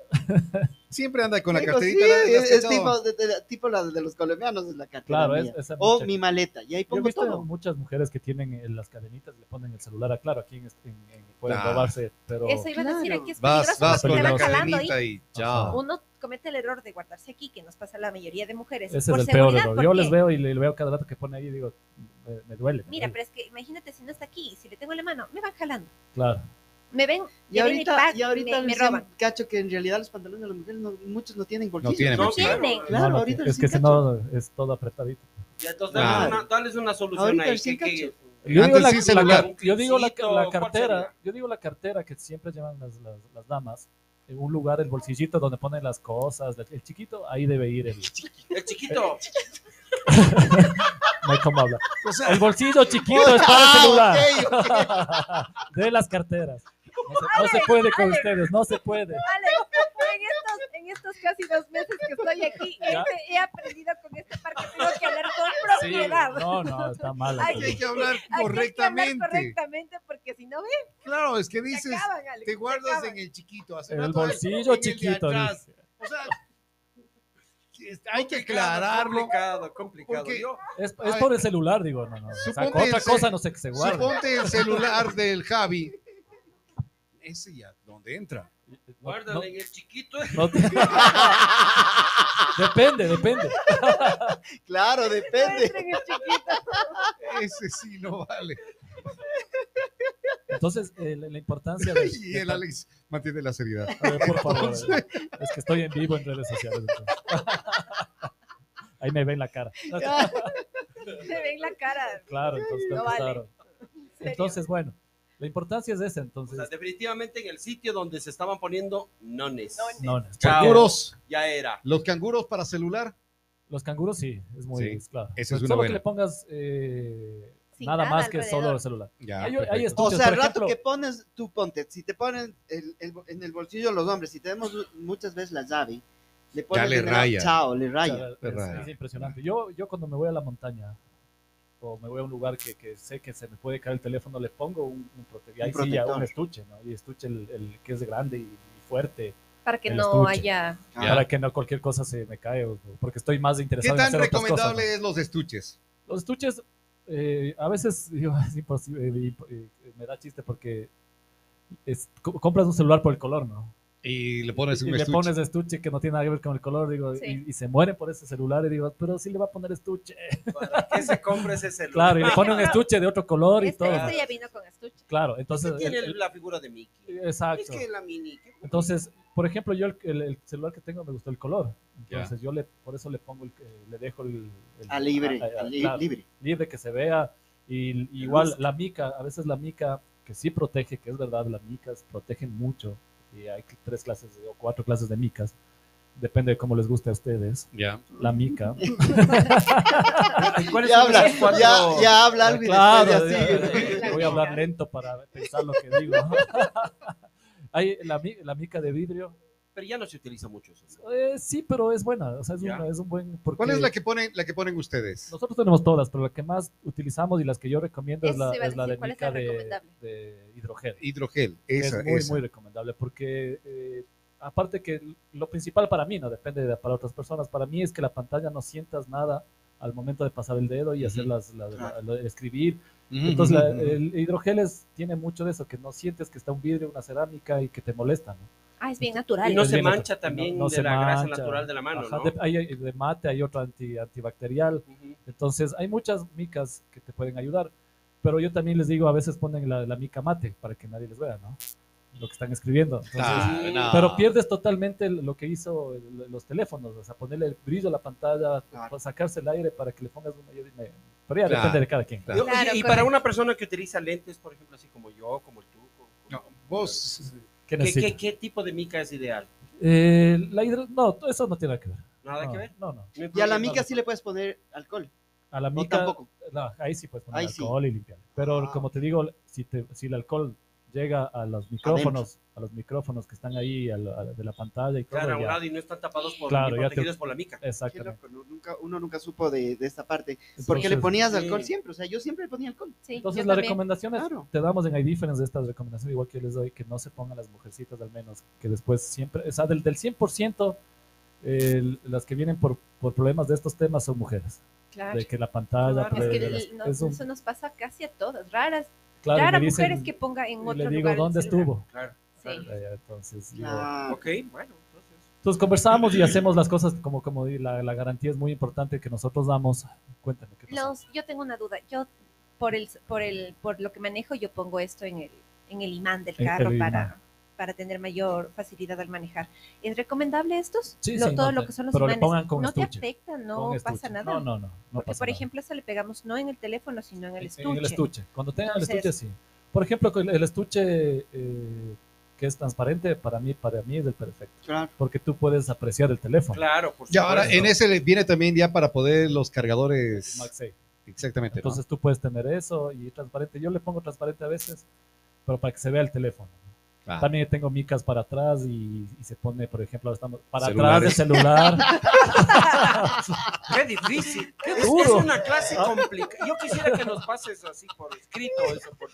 [SPEAKER 3] Siempre anda con la
[SPEAKER 2] Digo,
[SPEAKER 3] carterita.
[SPEAKER 2] pues sí,
[SPEAKER 3] ¿la- la has
[SPEAKER 2] es, es tipo,
[SPEAKER 3] cachado?
[SPEAKER 2] de- de- tipo la de los colombianos, es la cartera
[SPEAKER 1] Claro, es-
[SPEAKER 2] mía.
[SPEAKER 1] esa
[SPEAKER 2] o
[SPEAKER 1] muchacha-
[SPEAKER 2] mi maleta, y ahí
[SPEAKER 1] Yo he
[SPEAKER 2] pongo
[SPEAKER 1] visto
[SPEAKER 2] todo.
[SPEAKER 1] muchas mujeres que tienen eh, las cadenitas y le ponen el celular a claro, aquí en, este, en, en- pueden
[SPEAKER 3] Ah.
[SPEAKER 1] robarse, pero
[SPEAKER 4] Eso iba a decir,
[SPEAKER 2] Claro.
[SPEAKER 4] aquí es peligroso
[SPEAKER 3] Vas, vas
[SPEAKER 4] porque
[SPEAKER 3] con
[SPEAKER 4] te
[SPEAKER 3] la
[SPEAKER 4] van jalando ahí.
[SPEAKER 3] cadenita y chao.
[SPEAKER 4] Uno comete el error de guardarse aquí, que nos pasa a la mayoría de mujeres.
[SPEAKER 1] ese es
[SPEAKER 4] por
[SPEAKER 1] el peor
[SPEAKER 4] seguridad,
[SPEAKER 1] error.
[SPEAKER 4] ¿por
[SPEAKER 1] Yo
[SPEAKER 4] qué?
[SPEAKER 1] les veo y le, le veo cada rato que pone ahí y digo, me, me duele. me
[SPEAKER 4] Mira,
[SPEAKER 1] duele.
[SPEAKER 4] pero es que imagínate si no está aquí, si le tengo la mano, me van jalando.
[SPEAKER 1] Claro.
[SPEAKER 4] Me ven,
[SPEAKER 2] Y
[SPEAKER 4] me ven
[SPEAKER 2] ahorita,
[SPEAKER 4] pagan,
[SPEAKER 2] y ahorita
[SPEAKER 4] me, me
[SPEAKER 2] recién
[SPEAKER 4] roban.
[SPEAKER 2] cacho que en realidad los pantalones de las mujeres no- muchos no tienen
[SPEAKER 3] No
[SPEAKER 2] bolsillos.
[SPEAKER 3] tiene
[SPEAKER 6] No,
[SPEAKER 3] bolsillo.
[SPEAKER 6] claro.
[SPEAKER 4] tienen.
[SPEAKER 2] Claro,
[SPEAKER 1] No, no,
[SPEAKER 2] ahorita
[SPEAKER 1] es que
[SPEAKER 2] recién
[SPEAKER 1] si no es todo apretadito.
[SPEAKER 6] Ya, entonces,
[SPEAKER 3] Ah.
[SPEAKER 6] dale una, dales una solución
[SPEAKER 2] Ahorita
[SPEAKER 6] ahí.
[SPEAKER 2] recién
[SPEAKER 6] que- que-
[SPEAKER 1] Yo digo,
[SPEAKER 3] Antes
[SPEAKER 1] la,
[SPEAKER 3] sí,
[SPEAKER 1] la
[SPEAKER 3] celular.
[SPEAKER 1] car- yo digo la, la
[SPEAKER 6] ¿Cuál
[SPEAKER 1] cartera,
[SPEAKER 6] sería?
[SPEAKER 1] yo digo la cartera que siempre llevan las, las, las damas, en un lugar, el bolsillito donde ponen las cosas, el chiquito, ahí debe ir el...
[SPEAKER 6] El chiquito.
[SPEAKER 1] No hay cómo hablar.
[SPEAKER 3] O sea,
[SPEAKER 1] El bolsillo chiquito es
[SPEAKER 3] Ah,
[SPEAKER 1] para el celular. De las carteras. No se, no se puede con
[SPEAKER 4] Ale.
[SPEAKER 1] ustedes, no se puede.
[SPEAKER 4] Alex, en estos, en estos casi dos meses que estoy aquí,
[SPEAKER 1] Ya.
[SPEAKER 4] he, he aprendido con este par que tengo que hablar con propiedad.
[SPEAKER 1] no, no, está mal.
[SPEAKER 4] Ay,
[SPEAKER 1] entonces.
[SPEAKER 3] hay que hablar
[SPEAKER 4] Aquí hay que hablar
[SPEAKER 3] correctamente.
[SPEAKER 4] correctamente, porque si no, ven,
[SPEAKER 3] Claro, es que
[SPEAKER 4] te
[SPEAKER 3] dices,
[SPEAKER 4] acaban, Alex.
[SPEAKER 3] te guardas
[SPEAKER 4] acaban.
[SPEAKER 3] en el chiquito. hace
[SPEAKER 1] En el
[SPEAKER 3] rato, en
[SPEAKER 1] bolsillo
[SPEAKER 3] el de
[SPEAKER 1] chiquito.
[SPEAKER 3] atrás.
[SPEAKER 1] dice.
[SPEAKER 3] O sea, hay que aclararlo.
[SPEAKER 6] Complicado, complicado.
[SPEAKER 3] Porque-
[SPEAKER 6] Yo-
[SPEAKER 1] Es, es por el celular, digo, no, no. o sea,
[SPEAKER 3] Suponte
[SPEAKER 1] otra
[SPEAKER 3] ese-
[SPEAKER 1] cosa no sé que se guarda.
[SPEAKER 3] Suponte el celular del Javi. Ese ya, ¿dónde entra?
[SPEAKER 6] Guárdale
[SPEAKER 1] No-
[SPEAKER 6] en el chiquito.
[SPEAKER 1] no te- depende, depende.
[SPEAKER 2] Claro,
[SPEAKER 4] No
[SPEAKER 2] depende.
[SPEAKER 4] entren en chiquito.
[SPEAKER 3] Ese sí no vale.
[SPEAKER 1] Entonces, eh, la, la importancia de...
[SPEAKER 3] Y el Alex mantiene la seriedad.
[SPEAKER 1] A ver, por favor. a ver. Es que estoy en vivo en redes sociales. entonces. Ahí me ven la cara.
[SPEAKER 4] Me ven la cara.
[SPEAKER 1] Claro, entonces,
[SPEAKER 4] No
[SPEAKER 1] tengo que
[SPEAKER 4] vale.
[SPEAKER 1] estar-
[SPEAKER 4] en serio. Pues
[SPEAKER 1] entonces bueno, la importancia es esa,
[SPEAKER 6] O sea,
[SPEAKER 1] entonces...
[SPEAKER 6] definitivamente en el sitio donde se estaban poniendo nones.
[SPEAKER 4] Nones.
[SPEAKER 1] No, no, porque
[SPEAKER 6] Chao.
[SPEAKER 3] Canguros,
[SPEAKER 6] Ya era.
[SPEAKER 3] los canguros para celular.
[SPEAKER 1] Los canguros sí, es muy
[SPEAKER 3] Sí,
[SPEAKER 1] es claro.
[SPEAKER 3] esa es
[SPEAKER 1] Pero
[SPEAKER 3] una
[SPEAKER 1] solo que
[SPEAKER 3] buena.
[SPEAKER 1] le pongas eh,
[SPEAKER 4] Sin
[SPEAKER 1] nada
[SPEAKER 4] nada
[SPEAKER 1] más que
[SPEAKER 4] alrededor.
[SPEAKER 1] solo el celular.
[SPEAKER 3] Ya,
[SPEAKER 1] Ahí- ahí está.
[SPEAKER 3] perfecto.
[SPEAKER 2] O
[SPEAKER 1] Entonces,
[SPEAKER 2] sea,
[SPEAKER 1] por
[SPEAKER 2] el rato
[SPEAKER 1] ejemplo-
[SPEAKER 2] que pones, tú ponte, si te ponen el- el- en el bolsillo los hombres, si tenemos muchas veces la llave, le pones
[SPEAKER 3] le
[SPEAKER 2] dinero,
[SPEAKER 3] raya.
[SPEAKER 2] chao, le
[SPEAKER 1] O
[SPEAKER 2] raya.
[SPEAKER 1] sea, es-
[SPEAKER 3] Ferrari.
[SPEAKER 1] es, impresionante. Yo, yo cuando me voy a la montaña o me voy a un lugar que, que sé que se me puede caer el teléfono, le pongo un, un prote- y ahí sí, ya
[SPEAKER 2] protector.
[SPEAKER 1] un estuche, ¿no? Y estuche el, el que es grande y, y fuerte
[SPEAKER 4] Para que
[SPEAKER 1] el
[SPEAKER 4] no
[SPEAKER 1] estuche.
[SPEAKER 4] haya.
[SPEAKER 3] Ya.
[SPEAKER 1] para que no cualquier cosa se me cae o- o- porque estoy más
[SPEAKER 3] Ah. ¿Qué
[SPEAKER 1] interesado en
[SPEAKER 3] tan
[SPEAKER 1] hacer otras cosas.
[SPEAKER 3] recomendable
[SPEAKER 1] ¿no?
[SPEAKER 3] es los estuches?
[SPEAKER 1] Los estuches eh, a veces digo, es imposible, eh, imp- eh, me da chiste porque es- co- compras un celular por el color, ¿no?
[SPEAKER 3] Y le pones
[SPEAKER 1] Y
[SPEAKER 3] un
[SPEAKER 1] le
[SPEAKER 3] estuche.
[SPEAKER 1] pones estuche que no tiene nada que ver con el color, digo,
[SPEAKER 4] Sí.
[SPEAKER 1] y, y se mueren por ese celular y digo, pero sí le va a poner estuche.
[SPEAKER 6] ¿Para qué se compra ese celular?
[SPEAKER 1] Claro, y le ponen un estuche de otro color y
[SPEAKER 4] Este,
[SPEAKER 1] todo.
[SPEAKER 4] este ya vino con estuche.
[SPEAKER 1] Claro, entonces...
[SPEAKER 6] Usted
[SPEAKER 2] este
[SPEAKER 6] tiene
[SPEAKER 1] el- el-
[SPEAKER 6] la figura de Mickey. Es
[SPEAKER 1] exacto.
[SPEAKER 6] que la mini. ¿qué?
[SPEAKER 1] Entonces, por ejemplo, yo el, el- el celular que tengo me gustó el color.
[SPEAKER 3] Ya.
[SPEAKER 1] Entonces yo le, por eso le pongo, el, eh, le dejo el... el-
[SPEAKER 2] A Ah, libre,
[SPEAKER 1] a- a-
[SPEAKER 2] a li-
[SPEAKER 1] claro,
[SPEAKER 2] libre.
[SPEAKER 1] libre que se vea. Y y igual la mica, a veces la mica, que sí protege, que es verdad, las micas protegen mucho. Y hay que- tres clases de- o cuatro clases de micas. Depende de cómo les guste a ustedes.
[SPEAKER 3] Ya.
[SPEAKER 1] La mica.
[SPEAKER 6] ¿Cuáles
[SPEAKER 2] Ya
[SPEAKER 6] son
[SPEAKER 2] habla,
[SPEAKER 6] las cuatro-
[SPEAKER 2] ya, ya habla algo y
[SPEAKER 1] Claro,
[SPEAKER 2] después ya
[SPEAKER 1] ya,
[SPEAKER 2] sigue.
[SPEAKER 1] ya, ya, voy a hablar lento para pensar lo que digo. Hay la, mi- la mica de vidrio.
[SPEAKER 6] Pero ya no se utiliza mucho eso. ¿no?
[SPEAKER 1] eh, sí, pero es buena. O sea, es,
[SPEAKER 6] Ya.
[SPEAKER 1] una- es un buen. porque
[SPEAKER 3] ¿Cuál es la que ponen, la que ponen ustedes?
[SPEAKER 1] Nosotros tenemos todas, pero la que más utilizamos y las que yo recomiendo es
[SPEAKER 4] Eso
[SPEAKER 1] la,
[SPEAKER 4] te iba a
[SPEAKER 1] es la
[SPEAKER 4] decir,
[SPEAKER 1] de
[SPEAKER 4] ¿cuál es la
[SPEAKER 1] mica de,
[SPEAKER 4] recomendable?
[SPEAKER 1] de hidrogel.
[SPEAKER 3] Hidrogel.
[SPEAKER 1] que
[SPEAKER 3] Esa,
[SPEAKER 1] es muy,
[SPEAKER 3] esa.
[SPEAKER 1] muy recomendable porque eh, aparte que lo principal para mí, no depende de, para otras personas, para mí es que la pantalla no sientas nada al momento de pasar el dedo y
[SPEAKER 3] Ujú.
[SPEAKER 1] hacer las, las-
[SPEAKER 2] Claro.
[SPEAKER 1] la- la- escribir.
[SPEAKER 3] Ujú,
[SPEAKER 1] Entonces la- eh,
[SPEAKER 3] ujú, ujú.
[SPEAKER 1] el hidrogel es- tiene mucho de eso, que no sientes que está un vidrio, una cerámica y que te molesta. ¿no?
[SPEAKER 4] Ah, es bien natural.
[SPEAKER 6] Y no
[SPEAKER 1] Es
[SPEAKER 6] se
[SPEAKER 1] bien
[SPEAKER 6] mancha
[SPEAKER 1] natural.
[SPEAKER 6] también de
[SPEAKER 1] se
[SPEAKER 6] la grasa
[SPEAKER 1] mancha.
[SPEAKER 6] natural de la mano,
[SPEAKER 1] Ajá,
[SPEAKER 6] ¿no?
[SPEAKER 1] de- hay hay de mate, hay otra anti- antibacterial.
[SPEAKER 6] Ujú.
[SPEAKER 1] Entonces, hay muchas micas que te pueden ayudar, pero yo también les digo, a veces ponen la, la mica mate para que nadie les vea, ¿no? Lo que están escribiendo. Entonces,
[SPEAKER 3] Ah, no.
[SPEAKER 1] Pero pierdes totalmente el- lo que hizo el- los teléfonos, o sea, ponerle el brillo a la pantalla,
[SPEAKER 2] Claro.
[SPEAKER 1] pa- sacarse el aire para que le pongas una... yo dime, pero ya
[SPEAKER 3] Claro.
[SPEAKER 1] depende de cada quien.
[SPEAKER 3] Claro.
[SPEAKER 6] Oye, y
[SPEAKER 4] correcto.
[SPEAKER 6] para una persona que utiliza lentes, por ejemplo, así como yo, como tú, como-
[SPEAKER 3] No,
[SPEAKER 6] como-
[SPEAKER 1] Pues,
[SPEAKER 3] vos.
[SPEAKER 1] ¿Qué
[SPEAKER 6] ¿Qué,
[SPEAKER 1] necesita?
[SPEAKER 6] qué- qué tipo de mica es ideal?
[SPEAKER 1] Eh, la hidro- No, todo eso no tiene nada que ver.
[SPEAKER 6] ¿Nada
[SPEAKER 1] no,
[SPEAKER 6] que ver?
[SPEAKER 1] No, no.
[SPEAKER 6] No
[SPEAKER 2] Y a la
[SPEAKER 6] incluye
[SPEAKER 2] mica sí le puedes poner alcohol.
[SPEAKER 1] A la
[SPEAKER 2] No,
[SPEAKER 1] mica...
[SPEAKER 2] tampoco.
[SPEAKER 1] no, ahí sí puedes poner
[SPEAKER 2] Ahí sí.
[SPEAKER 1] alcohol y limpiar. Pero
[SPEAKER 2] Ah.
[SPEAKER 1] como te digo, si, te- si el alcohol llega a los micrófonos, a los micrófonos que están ahí a la- a la- de la pantalla y todo,
[SPEAKER 6] Claro, a un
[SPEAKER 1] ya-
[SPEAKER 6] lado y no están tapados por,
[SPEAKER 1] Claro,
[SPEAKER 6] ni
[SPEAKER 1] ya te-
[SPEAKER 6] protegidos por la mica.
[SPEAKER 2] Qué
[SPEAKER 1] Exactamente.
[SPEAKER 2] loco, ¿no? Nunca, uno nunca supo de, de esta parte. Porque
[SPEAKER 1] Entonces-
[SPEAKER 2] le ponías
[SPEAKER 6] sí.
[SPEAKER 2] alcohol siempre. O sea, yo siempre le ponía alcohol.
[SPEAKER 4] Sí,
[SPEAKER 1] Entonces
[SPEAKER 4] yo
[SPEAKER 1] las
[SPEAKER 4] también.
[SPEAKER 1] recomendaciones
[SPEAKER 2] Claro.
[SPEAKER 1] te damos en iDifference estas recomendaciones, igual que yo les doy, que no se pongan las mujercitas al menos, que después siempre, o sea, del, del 100%, eh, las que vienen por, por problemas de estos temas son mujeres.
[SPEAKER 4] Claro.
[SPEAKER 1] De que la pantalla... de-
[SPEAKER 6] Claro.
[SPEAKER 4] Es que
[SPEAKER 1] de
[SPEAKER 4] el-
[SPEAKER 1] las-
[SPEAKER 4] no-
[SPEAKER 1] es un-
[SPEAKER 4] eso nos pasa casi a todas. Raras,
[SPEAKER 1] claro, y
[SPEAKER 4] raras
[SPEAKER 1] me dicen-
[SPEAKER 4] mujeres que ponga en
[SPEAKER 1] y
[SPEAKER 4] otro
[SPEAKER 1] Le digo,
[SPEAKER 4] lugar el
[SPEAKER 1] ¿dónde
[SPEAKER 4] celular.
[SPEAKER 1] estuvo?
[SPEAKER 6] Claro.
[SPEAKER 4] Sí.
[SPEAKER 1] Eh, Entonces, digo,
[SPEAKER 2] Ah,
[SPEAKER 6] Ok, bueno, entonces.
[SPEAKER 1] entonces conversamos y hacemos las cosas como, como di- la, la garantía es muy importante que nosotros damos. Cuéntame qué pasó.
[SPEAKER 4] Los, yo tengo una duda. Yo por el, por el, por lo que manejo, yo pongo esto en el, en el imán del
[SPEAKER 1] En el
[SPEAKER 4] carro
[SPEAKER 1] Este imán.
[SPEAKER 4] para, para tener mayor facilidad al manejar. ¿Es recomendable estos?
[SPEAKER 1] Sí,
[SPEAKER 4] Lo-
[SPEAKER 1] sí,
[SPEAKER 4] todo
[SPEAKER 1] no
[SPEAKER 4] lo
[SPEAKER 1] te-
[SPEAKER 4] que son los
[SPEAKER 1] pero le
[SPEAKER 4] imanes.
[SPEAKER 1] pongan con
[SPEAKER 4] no te
[SPEAKER 1] estuche,
[SPEAKER 4] afecta, no
[SPEAKER 1] Con
[SPEAKER 4] pasa
[SPEAKER 1] estuche.
[SPEAKER 4] nada.
[SPEAKER 1] No, no, no. no
[SPEAKER 4] Porque,
[SPEAKER 1] pasa
[SPEAKER 4] por
[SPEAKER 1] nada.
[SPEAKER 4] ejemplo, eso le pegamos no en el teléfono, sino en el estuche.
[SPEAKER 1] En el estuche. Cuando tengan el estuche,
[SPEAKER 4] Entonces-
[SPEAKER 1] sí. Por ejemplo, con el estuche eh, que es transparente, para mí, para mí es el perfecto.
[SPEAKER 2] claro.
[SPEAKER 1] Porque tú puedes apreciar el teléfono.
[SPEAKER 6] Claro, por
[SPEAKER 3] Y ahora
[SPEAKER 6] supuesto.
[SPEAKER 3] en ese le viene también ya para poder los cargadores.
[SPEAKER 1] MagSafe.
[SPEAKER 3] Exactamente. ¿no?
[SPEAKER 1] Entonces tú puedes tener eso y transparente. Yo le pongo transparente a veces, pero para que se vea el teléfono.
[SPEAKER 3] Ah.
[SPEAKER 1] También tengo micas para atrás y, y se pone, por ejemplo, ahora estamos para
[SPEAKER 3] Celulares.
[SPEAKER 1] atrás del celular.
[SPEAKER 6] Qué difícil.
[SPEAKER 1] Qué
[SPEAKER 6] es,
[SPEAKER 1] duro.
[SPEAKER 6] es una clase complicada. Yo quisiera que nos pases así por escrito eso. por-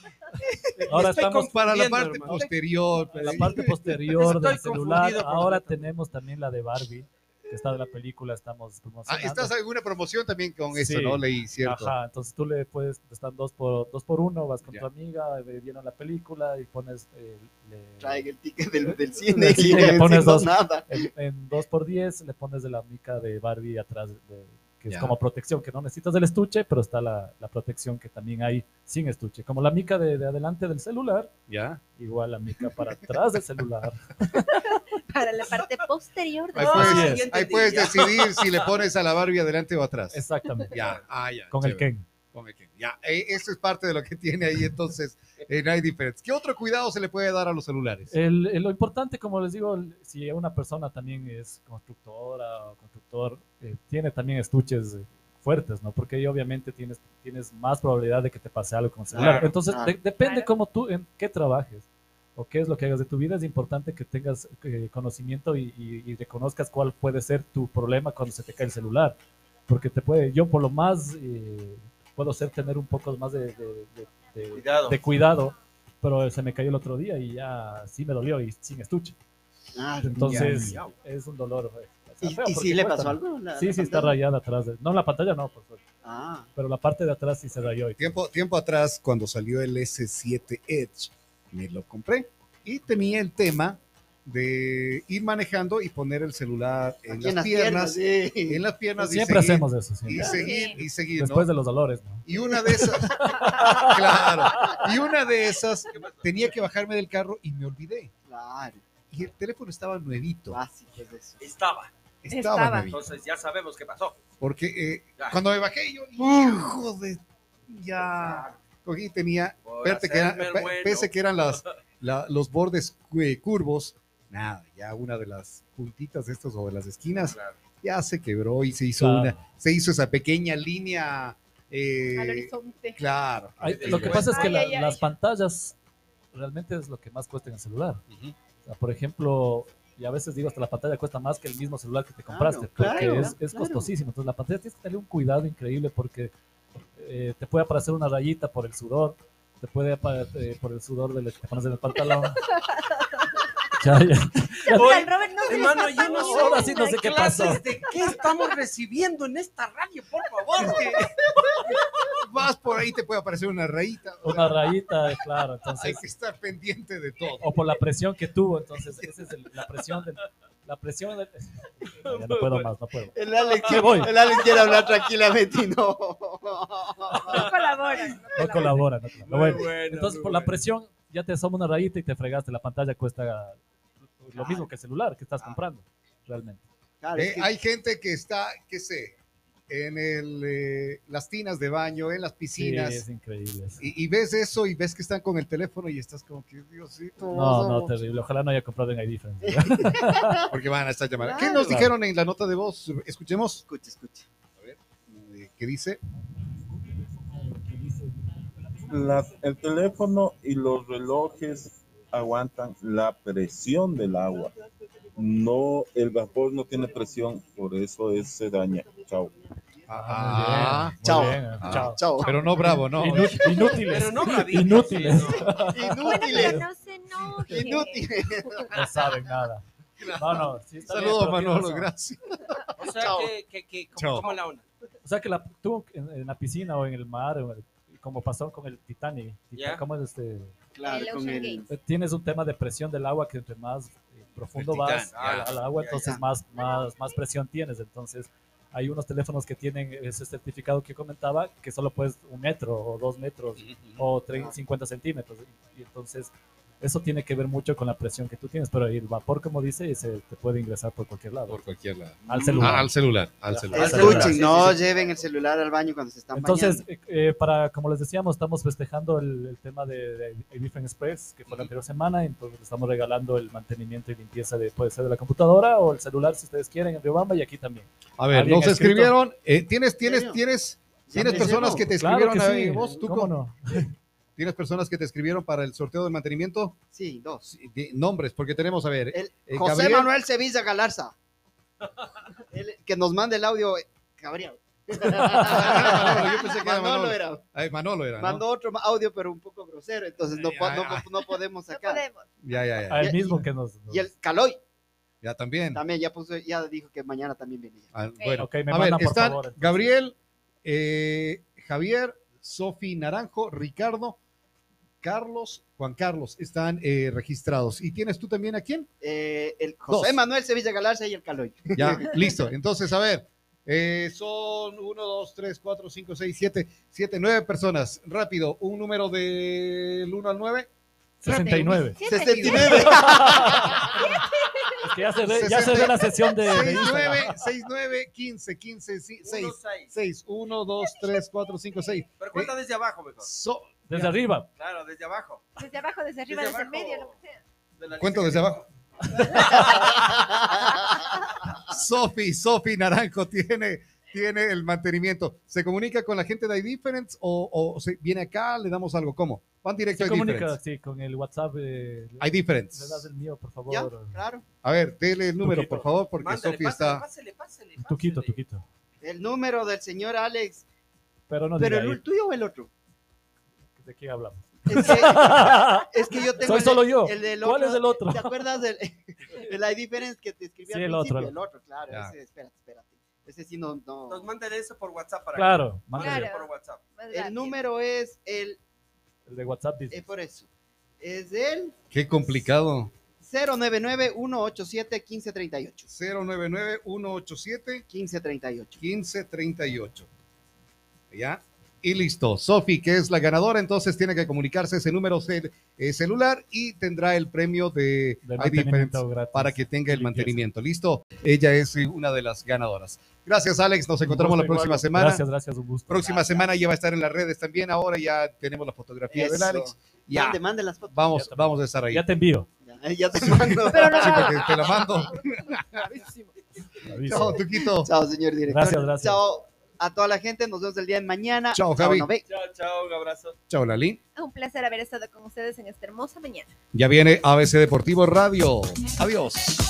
[SPEAKER 1] Ahora
[SPEAKER 6] Estoy
[SPEAKER 1] estamos
[SPEAKER 3] para la
[SPEAKER 6] confundiendo,
[SPEAKER 3] parte
[SPEAKER 6] hermano.
[SPEAKER 3] posterior. pues, ah,
[SPEAKER 1] en la parte posterior
[SPEAKER 6] Estoy
[SPEAKER 1] del celular.
[SPEAKER 6] confundido por
[SPEAKER 1] Ahora
[SPEAKER 6] completo.
[SPEAKER 1] tenemos también la de Barbie, que está de la película, estamos
[SPEAKER 3] Ah,
[SPEAKER 1] promocionando.
[SPEAKER 3] estás alguna promoción también con
[SPEAKER 1] Sí.
[SPEAKER 3] eso, ¿no? Leí, cierto.
[SPEAKER 1] Ajá, entonces tú le puedes, están dos por, dos por uno, vas con
[SPEAKER 3] Ya.
[SPEAKER 1] tu amiga, eh, vieron la película y pones eh, le-
[SPEAKER 2] Traiga el ticket del, del cine.
[SPEAKER 1] Sí,
[SPEAKER 2] y
[SPEAKER 1] le
[SPEAKER 2] le
[SPEAKER 1] pones
[SPEAKER 2] pones
[SPEAKER 1] dos.
[SPEAKER 2] nada.
[SPEAKER 1] en, en dos por diez, le pones de la mica de Barbie atrás, de- que es
[SPEAKER 3] Ya.
[SPEAKER 1] como protección, que no necesitas del estuche, pero está la, la protección que también hay sin estuche, como la mica de, de adelante del celular,
[SPEAKER 3] Ya.
[SPEAKER 1] igual la mica para atrás del celular.
[SPEAKER 4] Para la parte posterior de
[SPEAKER 3] Ahí
[SPEAKER 6] Ah,
[SPEAKER 3] puedes,
[SPEAKER 1] ya
[SPEAKER 6] entendí,
[SPEAKER 3] ahí puedes
[SPEAKER 6] ya.
[SPEAKER 3] decidir si le pones a la Barbie adelante o atrás.
[SPEAKER 1] Exactamente.
[SPEAKER 3] Ya, ah, ya.
[SPEAKER 1] Con
[SPEAKER 3] chévere.
[SPEAKER 1] el Ken.
[SPEAKER 3] Con el Ken. Ya, eh, eso es parte de lo que tiene ahí entonces en hay diferencia. ¿Qué otro cuidado se le puede dar a los celulares?
[SPEAKER 1] El- el- lo importante, como les digo, el- si una persona también es constructora o constructor, eh, tiene también estuches eh, fuertes, ¿no? Porque ahí obviamente tienes, tienes más probabilidad de que te pase algo con el celular.
[SPEAKER 6] Claro,
[SPEAKER 1] Entonces,
[SPEAKER 2] claro.
[SPEAKER 1] de- depende
[SPEAKER 4] Claro.
[SPEAKER 1] cómo tú, en qué trabajes o qué es lo que hagas de tu vida, es importante que tengas eh, conocimiento y, y- y reconozcas cuál puede ser tu problema cuando se te cae el celular. Porque te puede, yo por lo más eh, puedo ser tener un poco más de- de- de- de
[SPEAKER 6] Cuidado.
[SPEAKER 1] de cuidado, pero se me cayó el otro día y ya sí me dolió y sin estuche.
[SPEAKER 2] Ah,
[SPEAKER 1] Entonces
[SPEAKER 6] ya.
[SPEAKER 1] es un dolor. eh, o sea,
[SPEAKER 2] ¿Y,
[SPEAKER 1] feo
[SPEAKER 2] y
[SPEAKER 1] porque
[SPEAKER 2] si le
[SPEAKER 1] cuesta,
[SPEAKER 2] pasó
[SPEAKER 1] ¿no?
[SPEAKER 2] algo? La-
[SPEAKER 1] Sí,
[SPEAKER 2] la
[SPEAKER 1] sí, está
[SPEAKER 2] pantalla?
[SPEAKER 1] rayada atrás. de- no, en la pantalla no, por suerte.
[SPEAKER 2] Ah,
[SPEAKER 1] pero la parte de atrás sí se rayó. y-
[SPEAKER 3] Tiempo, tiempo atrás, cuando salió el S7 Edge, me lo compré y tenía el tema de ir manejando y poner el celular en,
[SPEAKER 2] aquí
[SPEAKER 3] las, piernas, eh,
[SPEAKER 2] sí.
[SPEAKER 3] en las piernas y
[SPEAKER 1] Siempre
[SPEAKER 3] seguir,
[SPEAKER 1] hacemos eso, sí.
[SPEAKER 3] y seguir y seguir, ¿no?
[SPEAKER 1] Después de los dolores, ¿no?
[SPEAKER 3] Y una de esas, claro, y una de esas tenía que bajarme del carro y me olvidé.
[SPEAKER 2] Claro,
[SPEAKER 3] Y el teléfono estaba nuevito.
[SPEAKER 2] básico es eso.
[SPEAKER 6] Estaba.
[SPEAKER 3] Estaba,
[SPEAKER 4] Estaba.
[SPEAKER 3] nuevito.
[SPEAKER 6] Entonces ya sabemos qué pasó.
[SPEAKER 3] Porque eh,
[SPEAKER 6] Ya.
[SPEAKER 3] cuando me bajé, yo, hijo de. Ya. Cogí y tenía.
[SPEAKER 6] Por
[SPEAKER 3] Pese que, eran,
[SPEAKER 6] hacerme el
[SPEAKER 3] pe-
[SPEAKER 6] bueno.
[SPEAKER 3] pese que eran las, la- los bordes cu- curvos, nada, ya una de las puntitas de estos o de las esquinas
[SPEAKER 6] Claro.
[SPEAKER 3] ya se quebró y se hizo,
[SPEAKER 1] Claro.
[SPEAKER 3] una, se hizo esa pequeña línea. eh,
[SPEAKER 4] al horizonte.
[SPEAKER 3] claro. Este, pues,
[SPEAKER 1] Ay,
[SPEAKER 6] Sí,
[SPEAKER 1] lo que
[SPEAKER 6] bueno.
[SPEAKER 1] pasa es que
[SPEAKER 4] Ay,
[SPEAKER 1] la-
[SPEAKER 4] ay, ay.
[SPEAKER 1] las pantallas realmente es lo que más cuesta en el celular.
[SPEAKER 3] Ujú.
[SPEAKER 1] O sea, por ejemplo, y a veces digo, hasta la pantalla cuesta más que el mismo celular que te
[SPEAKER 2] Claro,
[SPEAKER 1] compraste, porque
[SPEAKER 2] claro,
[SPEAKER 1] es, es
[SPEAKER 2] claro.
[SPEAKER 1] costosísimo. Entonces, la pantalla tienes que tener un cuidado increíble porque eh, te puede aparecer una rayita por el sudor, te puede aparecer por el sudor de que te pones en el pantalón. Ya, ya.
[SPEAKER 6] Hoy,
[SPEAKER 4] Al Robert no se le
[SPEAKER 6] hermano,
[SPEAKER 4] pasa
[SPEAKER 6] yo no
[SPEAKER 4] ni
[SPEAKER 6] sé.
[SPEAKER 1] Ahora sí no sé qué
[SPEAKER 6] clases
[SPEAKER 1] pasó.
[SPEAKER 6] ¿De qué estamos recibiendo en esta radio? Por favor.
[SPEAKER 3] Vas por ahí, te puede aparecer una rayita. o sea,
[SPEAKER 1] Una rayita, claro.
[SPEAKER 3] hay
[SPEAKER 1] Entonces,
[SPEAKER 3] que estar pendiente de todo.
[SPEAKER 1] o por la presión que tuvo. Entonces, esa es el- la presión del- La presión del- No, ya no puedo más, no puedo.
[SPEAKER 2] El Alex,
[SPEAKER 1] Me voy.
[SPEAKER 2] el Alex quiere hablar tranquilamente y no.
[SPEAKER 4] No colaboran.
[SPEAKER 1] No colabora. No colabora. Bueno, Entonces,
[SPEAKER 6] muy
[SPEAKER 1] por la
[SPEAKER 6] bueno.
[SPEAKER 1] presión, ya te asoma una rayita y te fregaste. La pantalla cuesta lo mismo que el celular que estás comprando, realmente.
[SPEAKER 2] Claro,
[SPEAKER 3] Eh,
[SPEAKER 2] es que-
[SPEAKER 3] Hay gente que está, qué sé, en el, eh, las tinas de baño, en las
[SPEAKER 1] Sí,
[SPEAKER 3] piscinas.
[SPEAKER 1] es increíble. eso.
[SPEAKER 3] Y, y ves eso y ves que están con el teléfono y estás como que, Diosito,
[SPEAKER 1] No, no,
[SPEAKER 3] vamos".
[SPEAKER 1] terrible. Ojalá no haya comprado en iDifference.
[SPEAKER 3] porque van a estar llamando. ¿Qué
[SPEAKER 2] Claro.
[SPEAKER 3] nos dijeron en la nota de voz? Escuchemos
[SPEAKER 2] Escucha, escucha.
[SPEAKER 3] eh, que dice.
[SPEAKER 8] las- el teléfono y los relojes aguantan la presión del agua. No, el vapor no tiene presión, por eso es, se daña. Chao.
[SPEAKER 3] "Ah,
[SPEAKER 2] Chao.
[SPEAKER 1] Chao.
[SPEAKER 2] Chao.
[SPEAKER 3] pero no bravo, no.
[SPEAKER 1] Inú- Inútiles.
[SPEAKER 6] Pero no bravitos,
[SPEAKER 1] Inútiles.
[SPEAKER 6] sí, no.
[SPEAKER 4] Bueno, pero
[SPEAKER 2] Inútiles.
[SPEAKER 4] no se enoje.
[SPEAKER 2] Inútiles.
[SPEAKER 1] No saben nada. No, no. sí está bien,
[SPEAKER 3] Saludos,
[SPEAKER 1] pero tiene
[SPEAKER 3] Manolo,
[SPEAKER 1] razón.
[SPEAKER 3] gracias.
[SPEAKER 6] O sea,
[SPEAKER 2] Chao.
[SPEAKER 6] que, que, que como,
[SPEAKER 3] Chao.
[SPEAKER 6] como la onda.
[SPEAKER 1] O sea, que la tuvo en, en la piscina o en el mar, o en el- como pasó con el Titanic. Tita-
[SPEAKER 6] Ya.
[SPEAKER 1] ¿Cómo es este?
[SPEAKER 2] Claro,
[SPEAKER 4] El
[SPEAKER 2] con
[SPEAKER 4] Ocean
[SPEAKER 2] el-
[SPEAKER 1] Tienes un tema de presión del agua que entre más eh, profundo
[SPEAKER 3] El
[SPEAKER 1] vas
[SPEAKER 3] Titanic,
[SPEAKER 1] al,
[SPEAKER 6] ya.
[SPEAKER 1] al agua,
[SPEAKER 6] Ya,
[SPEAKER 1] entonces
[SPEAKER 2] ya.
[SPEAKER 1] Más, más, más presión tienes. Entonces, hay unos teléfonos que tienen ese certificado que comentaba que solo puedes un metro o dos metros o tre- 50 centímetros. Y, y entonces, eso tiene que ver mucho con la presión que tú tienes. Pero el vapor, como dice, se te puede ingresar por cualquier lado.
[SPEAKER 3] Por cualquier lado.
[SPEAKER 1] al celular.
[SPEAKER 3] Ah, al celular, al celular.
[SPEAKER 1] Al celular.
[SPEAKER 2] Escuchen, no lleven el celular al baño cuando se están
[SPEAKER 1] Entonces,
[SPEAKER 2] bañando.
[SPEAKER 1] eh, eh, para, como les decíamos, estamos festejando el, el tema de, de A Different Express, que fue la anterior semana, entonces estamos regalando el mantenimiento y limpieza de, puede ser de la computadora o el celular, si ustedes quieren, en Riobamba y aquí también.
[SPEAKER 3] A ver,
[SPEAKER 1] ¿Alguien
[SPEAKER 3] nos
[SPEAKER 1] ha escrito?
[SPEAKER 3] escribieron. eh, ¿Tienes,
[SPEAKER 2] ¿En
[SPEAKER 3] tienes,
[SPEAKER 2] serio?
[SPEAKER 3] tienes,
[SPEAKER 2] Ya
[SPEAKER 3] tienes
[SPEAKER 2] me
[SPEAKER 3] personas
[SPEAKER 2] llegó.
[SPEAKER 3] que te
[SPEAKER 1] Claro
[SPEAKER 3] escribieron
[SPEAKER 1] que
[SPEAKER 3] ahí,
[SPEAKER 1] sí,
[SPEAKER 3] vos, Tuco?
[SPEAKER 1] ¿cómo no?
[SPEAKER 3] ¿Tienes personas que te escribieron para el sorteo del mantenimiento?
[SPEAKER 2] Sí, dos.
[SPEAKER 3] Sí, de- nombres, porque tenemos, a ver,
[SPEAKER 2] El-
[SPEAKER 3] eh,
[SPEAKER 2] José
[SPEAKER 3] Gabriel.
[SPEAKER 2] Manuel Sevilla Galarza. El que nos mande el audio, eh, Gabriel.
[SPEAKER 3] Manolo, yo pensé que era
[SPEAKER 2] Manolo
[SPEAKER 3] Manolo.
[SPEAKER 2] era.
[SPEAKER 3] ay, Manolo era, ¿no?
[SPEAKER 2] Mandó otro ma- audio, pero un poco grosero, entonces no, po-
[SPEAKER 3] Ay,
[SPEAKER 2] no,
[SPEAKER 3] ay,
[SPEAKER 2] po- no podemos
[SPEAKER 4] No
[SPEAKER 2] sacar.
[SPEAKER 4] podemos.
[SPEAKER 3] Ya, ya, ya.
[SPEAKER 1] A él
[SPEAKER 2] Y-
[SPEAKER 1] mismo que nos... nos-
[SPEAKER 2] Y el Caloy
[SPEAKER 3] Ya también.
[SPEAKER 2] también ya puso, ya dijo que mañana también venía.
[SPEAKER 3] Ah, bueno,
[SPEAKER 1] Ok, me
[SPEAKER 3] a ver,
[SPEAKER 1] mandan, por
[SPEAKER 3] están
[SPEAKER 1] favor, entonces.
[SPEAKER 3] Gabriel, eh, Javier, Sofi Naranjo, Ricardo, Carlos, Juan Carlos, están eh, registrados. ¿Y tienes tú también a quién?
[SPEAKER 2] Eh, el José
[SPEAKER 3] Dos.
[SPEAKER 2] Manuel Sevilla Galarza y el Caloy.
[SPEAKER 3] Ya, listo. Entonces, a ver, eh, son uno, dos, tres, cuatro, cinco, seis, siete, siete, nueve personas. Rápido, un número del 1 al 9.
[SPEAKER 1] 69.
[SPEAKER 4] Sí,
[SPEAKER 2] 69.
[SPEAKER 1] Es que ya se ve, ya se ve la sesión de... de
[SPEAKER 3] 6,
[SPEAKER 1] Instagram.
[SPEAKER 3] 9, 6, 9, 15, 15, 6.
[SPEAKER 6] Uno, seis.
[SPEAKER 3] 6, 1, 2, 3, 4, 5, 6.
[SPEAKER 6] Pero cuenta desde abajo mejor.
[SPEAKER 1] Desde arriba.
[SPEAKER 6] Claro, desde abajo.
[SPEAKER 4] Desde abajo, desde arriba,
[SPEAKER 6] Desde
[SPEAKER 4] desde, el
[SPEAKER 6] abajo.
[SPEAKER 4] medio, lo que sea.
[SPEAKER 6] De la
[SPEAKER 3] Cuento desde
[SPEAKER 6] lista
[SPEAKER 3] abajo. Sofi, Sofi Naranjo tiene, tiene el mantenimiento. ¿Se comunica con la gente de iDifference o, o se viene acá, le damos algo? ¿Cómo? Van directo
[SPEAKER 1] Se
[SPEAKER 3] a
[SPEAKER 1] comunica,
[SPEAKER 3] iDifference.
[SPEAKER 1] sí, con el WhatsApp. eh, le le das
[SPEAKER 3] iDifference.
[SPEAKER 1] el mío, por favor.
[SPEAKER 2] Ya, claro.
[SPEAKER 3] A ver, dele el número, por favor,
[SPEAKER 6] que-
[SPEAKER 3] porque
[SPEAKER 6] Mándale,
[SPEAKER 3] Sofi
[SPEAKER 6] pásale,
[SPEAKER 3] está.
[SPEAKER 6] Pásale, pásale, pásale.
[SPEAKER 1] Tuquito, tuquito.
[SPEAKER 2] El número del señor Alex.
[SPEAKER 1] Pero no
[SPEAKER 2] Pero
[SPEAKER 1] diga
[SPEAKER 2] el
[SPEAKER 1] ahí,
[SPEAKER 2] tuyo o el otro.
[SPEAKER 1] de quién hablamos.
[SPEAKER 2] Es que, es que yo tengo.
[SPEAKER 1] Soy
[SPEAKER 2] el-
[SPEAKER 1] solo yo.
[SPEAKER 2] el del
[SPEAKER 1] ¿Cuál es el otro?
[SPEAKER 2] ¿Te acuerdas del el hay diferencia que te escribí
[SPEAKER 1] Sí,
[SPEAKER 2] al
[SPEAKER 1] el otro,
[SPEAKER 2] principio?
[SPEAKER 1] el
[SPEAKER 2] El otro, claro.
[SPEAKER 3] Ya.
[SPEAKER 2] ese, espérate, espérate. Ese sí no. no.
[SPEAKER 6] Nos manden eso por WhatsApp para
[SPEAKER 1] Claro,
[SPEAKER 6] que-
[SPEAKER 1] mándale.
[SPEAKER 4] Claro.
[SPEAKER 6] por WhatsApp.
[SPEAKER 4] Más rápido.
[SPEAKER 2] El número es el.
[SPEAKER 1] El de WhatsApp dice.
[SPEAKER 2] eh, por eso. Es el
[SPEAKER 3] Qué complicado.
[SPEAKER 2] 099-187-1538.
[SPEAKER 3] 099-187-1538.
[SPEAKER 2] 1538.
[SPEAKER 3] ¿Ya? Y listo. Sofi, que es la ganadora, entonces tiene que comunicarse ese número cel- eh, celular y tendrá el premio de
[SPEAKER 1] Del
[SPEAKER 3] ID
[SPEAKER 1] mantenimiento
[SPEAKER 3] Friends
[SPEAKER 1] gratis.
[SPEAKER 3] para que tenga el
[SPEAKER 1] Limpieza.
[SPEAKER 3] mantenimiento. ¿Listo? Ella es eh, una de las ganadoras. Gracias, Alex. Nos
[SPEAKER 1] Un
[SPEAKER 3] encontramos la
[SPEAKER 1] gusto,
[SPEAKER 3] próxima
[SPEAKER 1] igual.
[SPEAKER 3] semana.
[SPEAKER 1] Gracias, gracias, un gusto.
[SPEAKER 3] Próxima semana ya va a estar en las redes también. Ahora ya tenemos la fotografía del
[SPEAKER 2] Eso.
[SPEAKER 3] Alex. Ya.
[SPEAKER 2] Mande, mande las fotos.
[SPEAKER 3] Vamos,
[SPEAKER 1] Ya te-
[SPEAKER 3] vamos a estar ahí.
[SPEAKER 1] Ya te envío.
[SPEAKER 2] Ya, eh, ya te mando.
[SPEAKER 4] Pero no,
[SPEAKER 3] Sí, porque
[SPEAKER 2] Ah.
[SPEAKER 3] te la mando.
[SPEAKER 1] te aviso.
[SPEAKER 3] Chao, Tuquito.
[SPEAKER 2] Chao, señor director.
[SPEAKER 1] Gracias, gracias.
[SPEAKER 2] Chao a toda la gente. Nos vemos el día de mañana.
[SPEAKER 3] Chao, Javi.
[SPEAKER 2] Nove.
[SPEAKER 6] Chao, chao, un abrazo.
[SPEAKER 3] Chao, Lali.
[SPEAKER 4] un placer haber estado con ustedes en esta hermosa mañana.
[SPEAKER 3] Ya viene ABC Deportivo Radio. Adiós.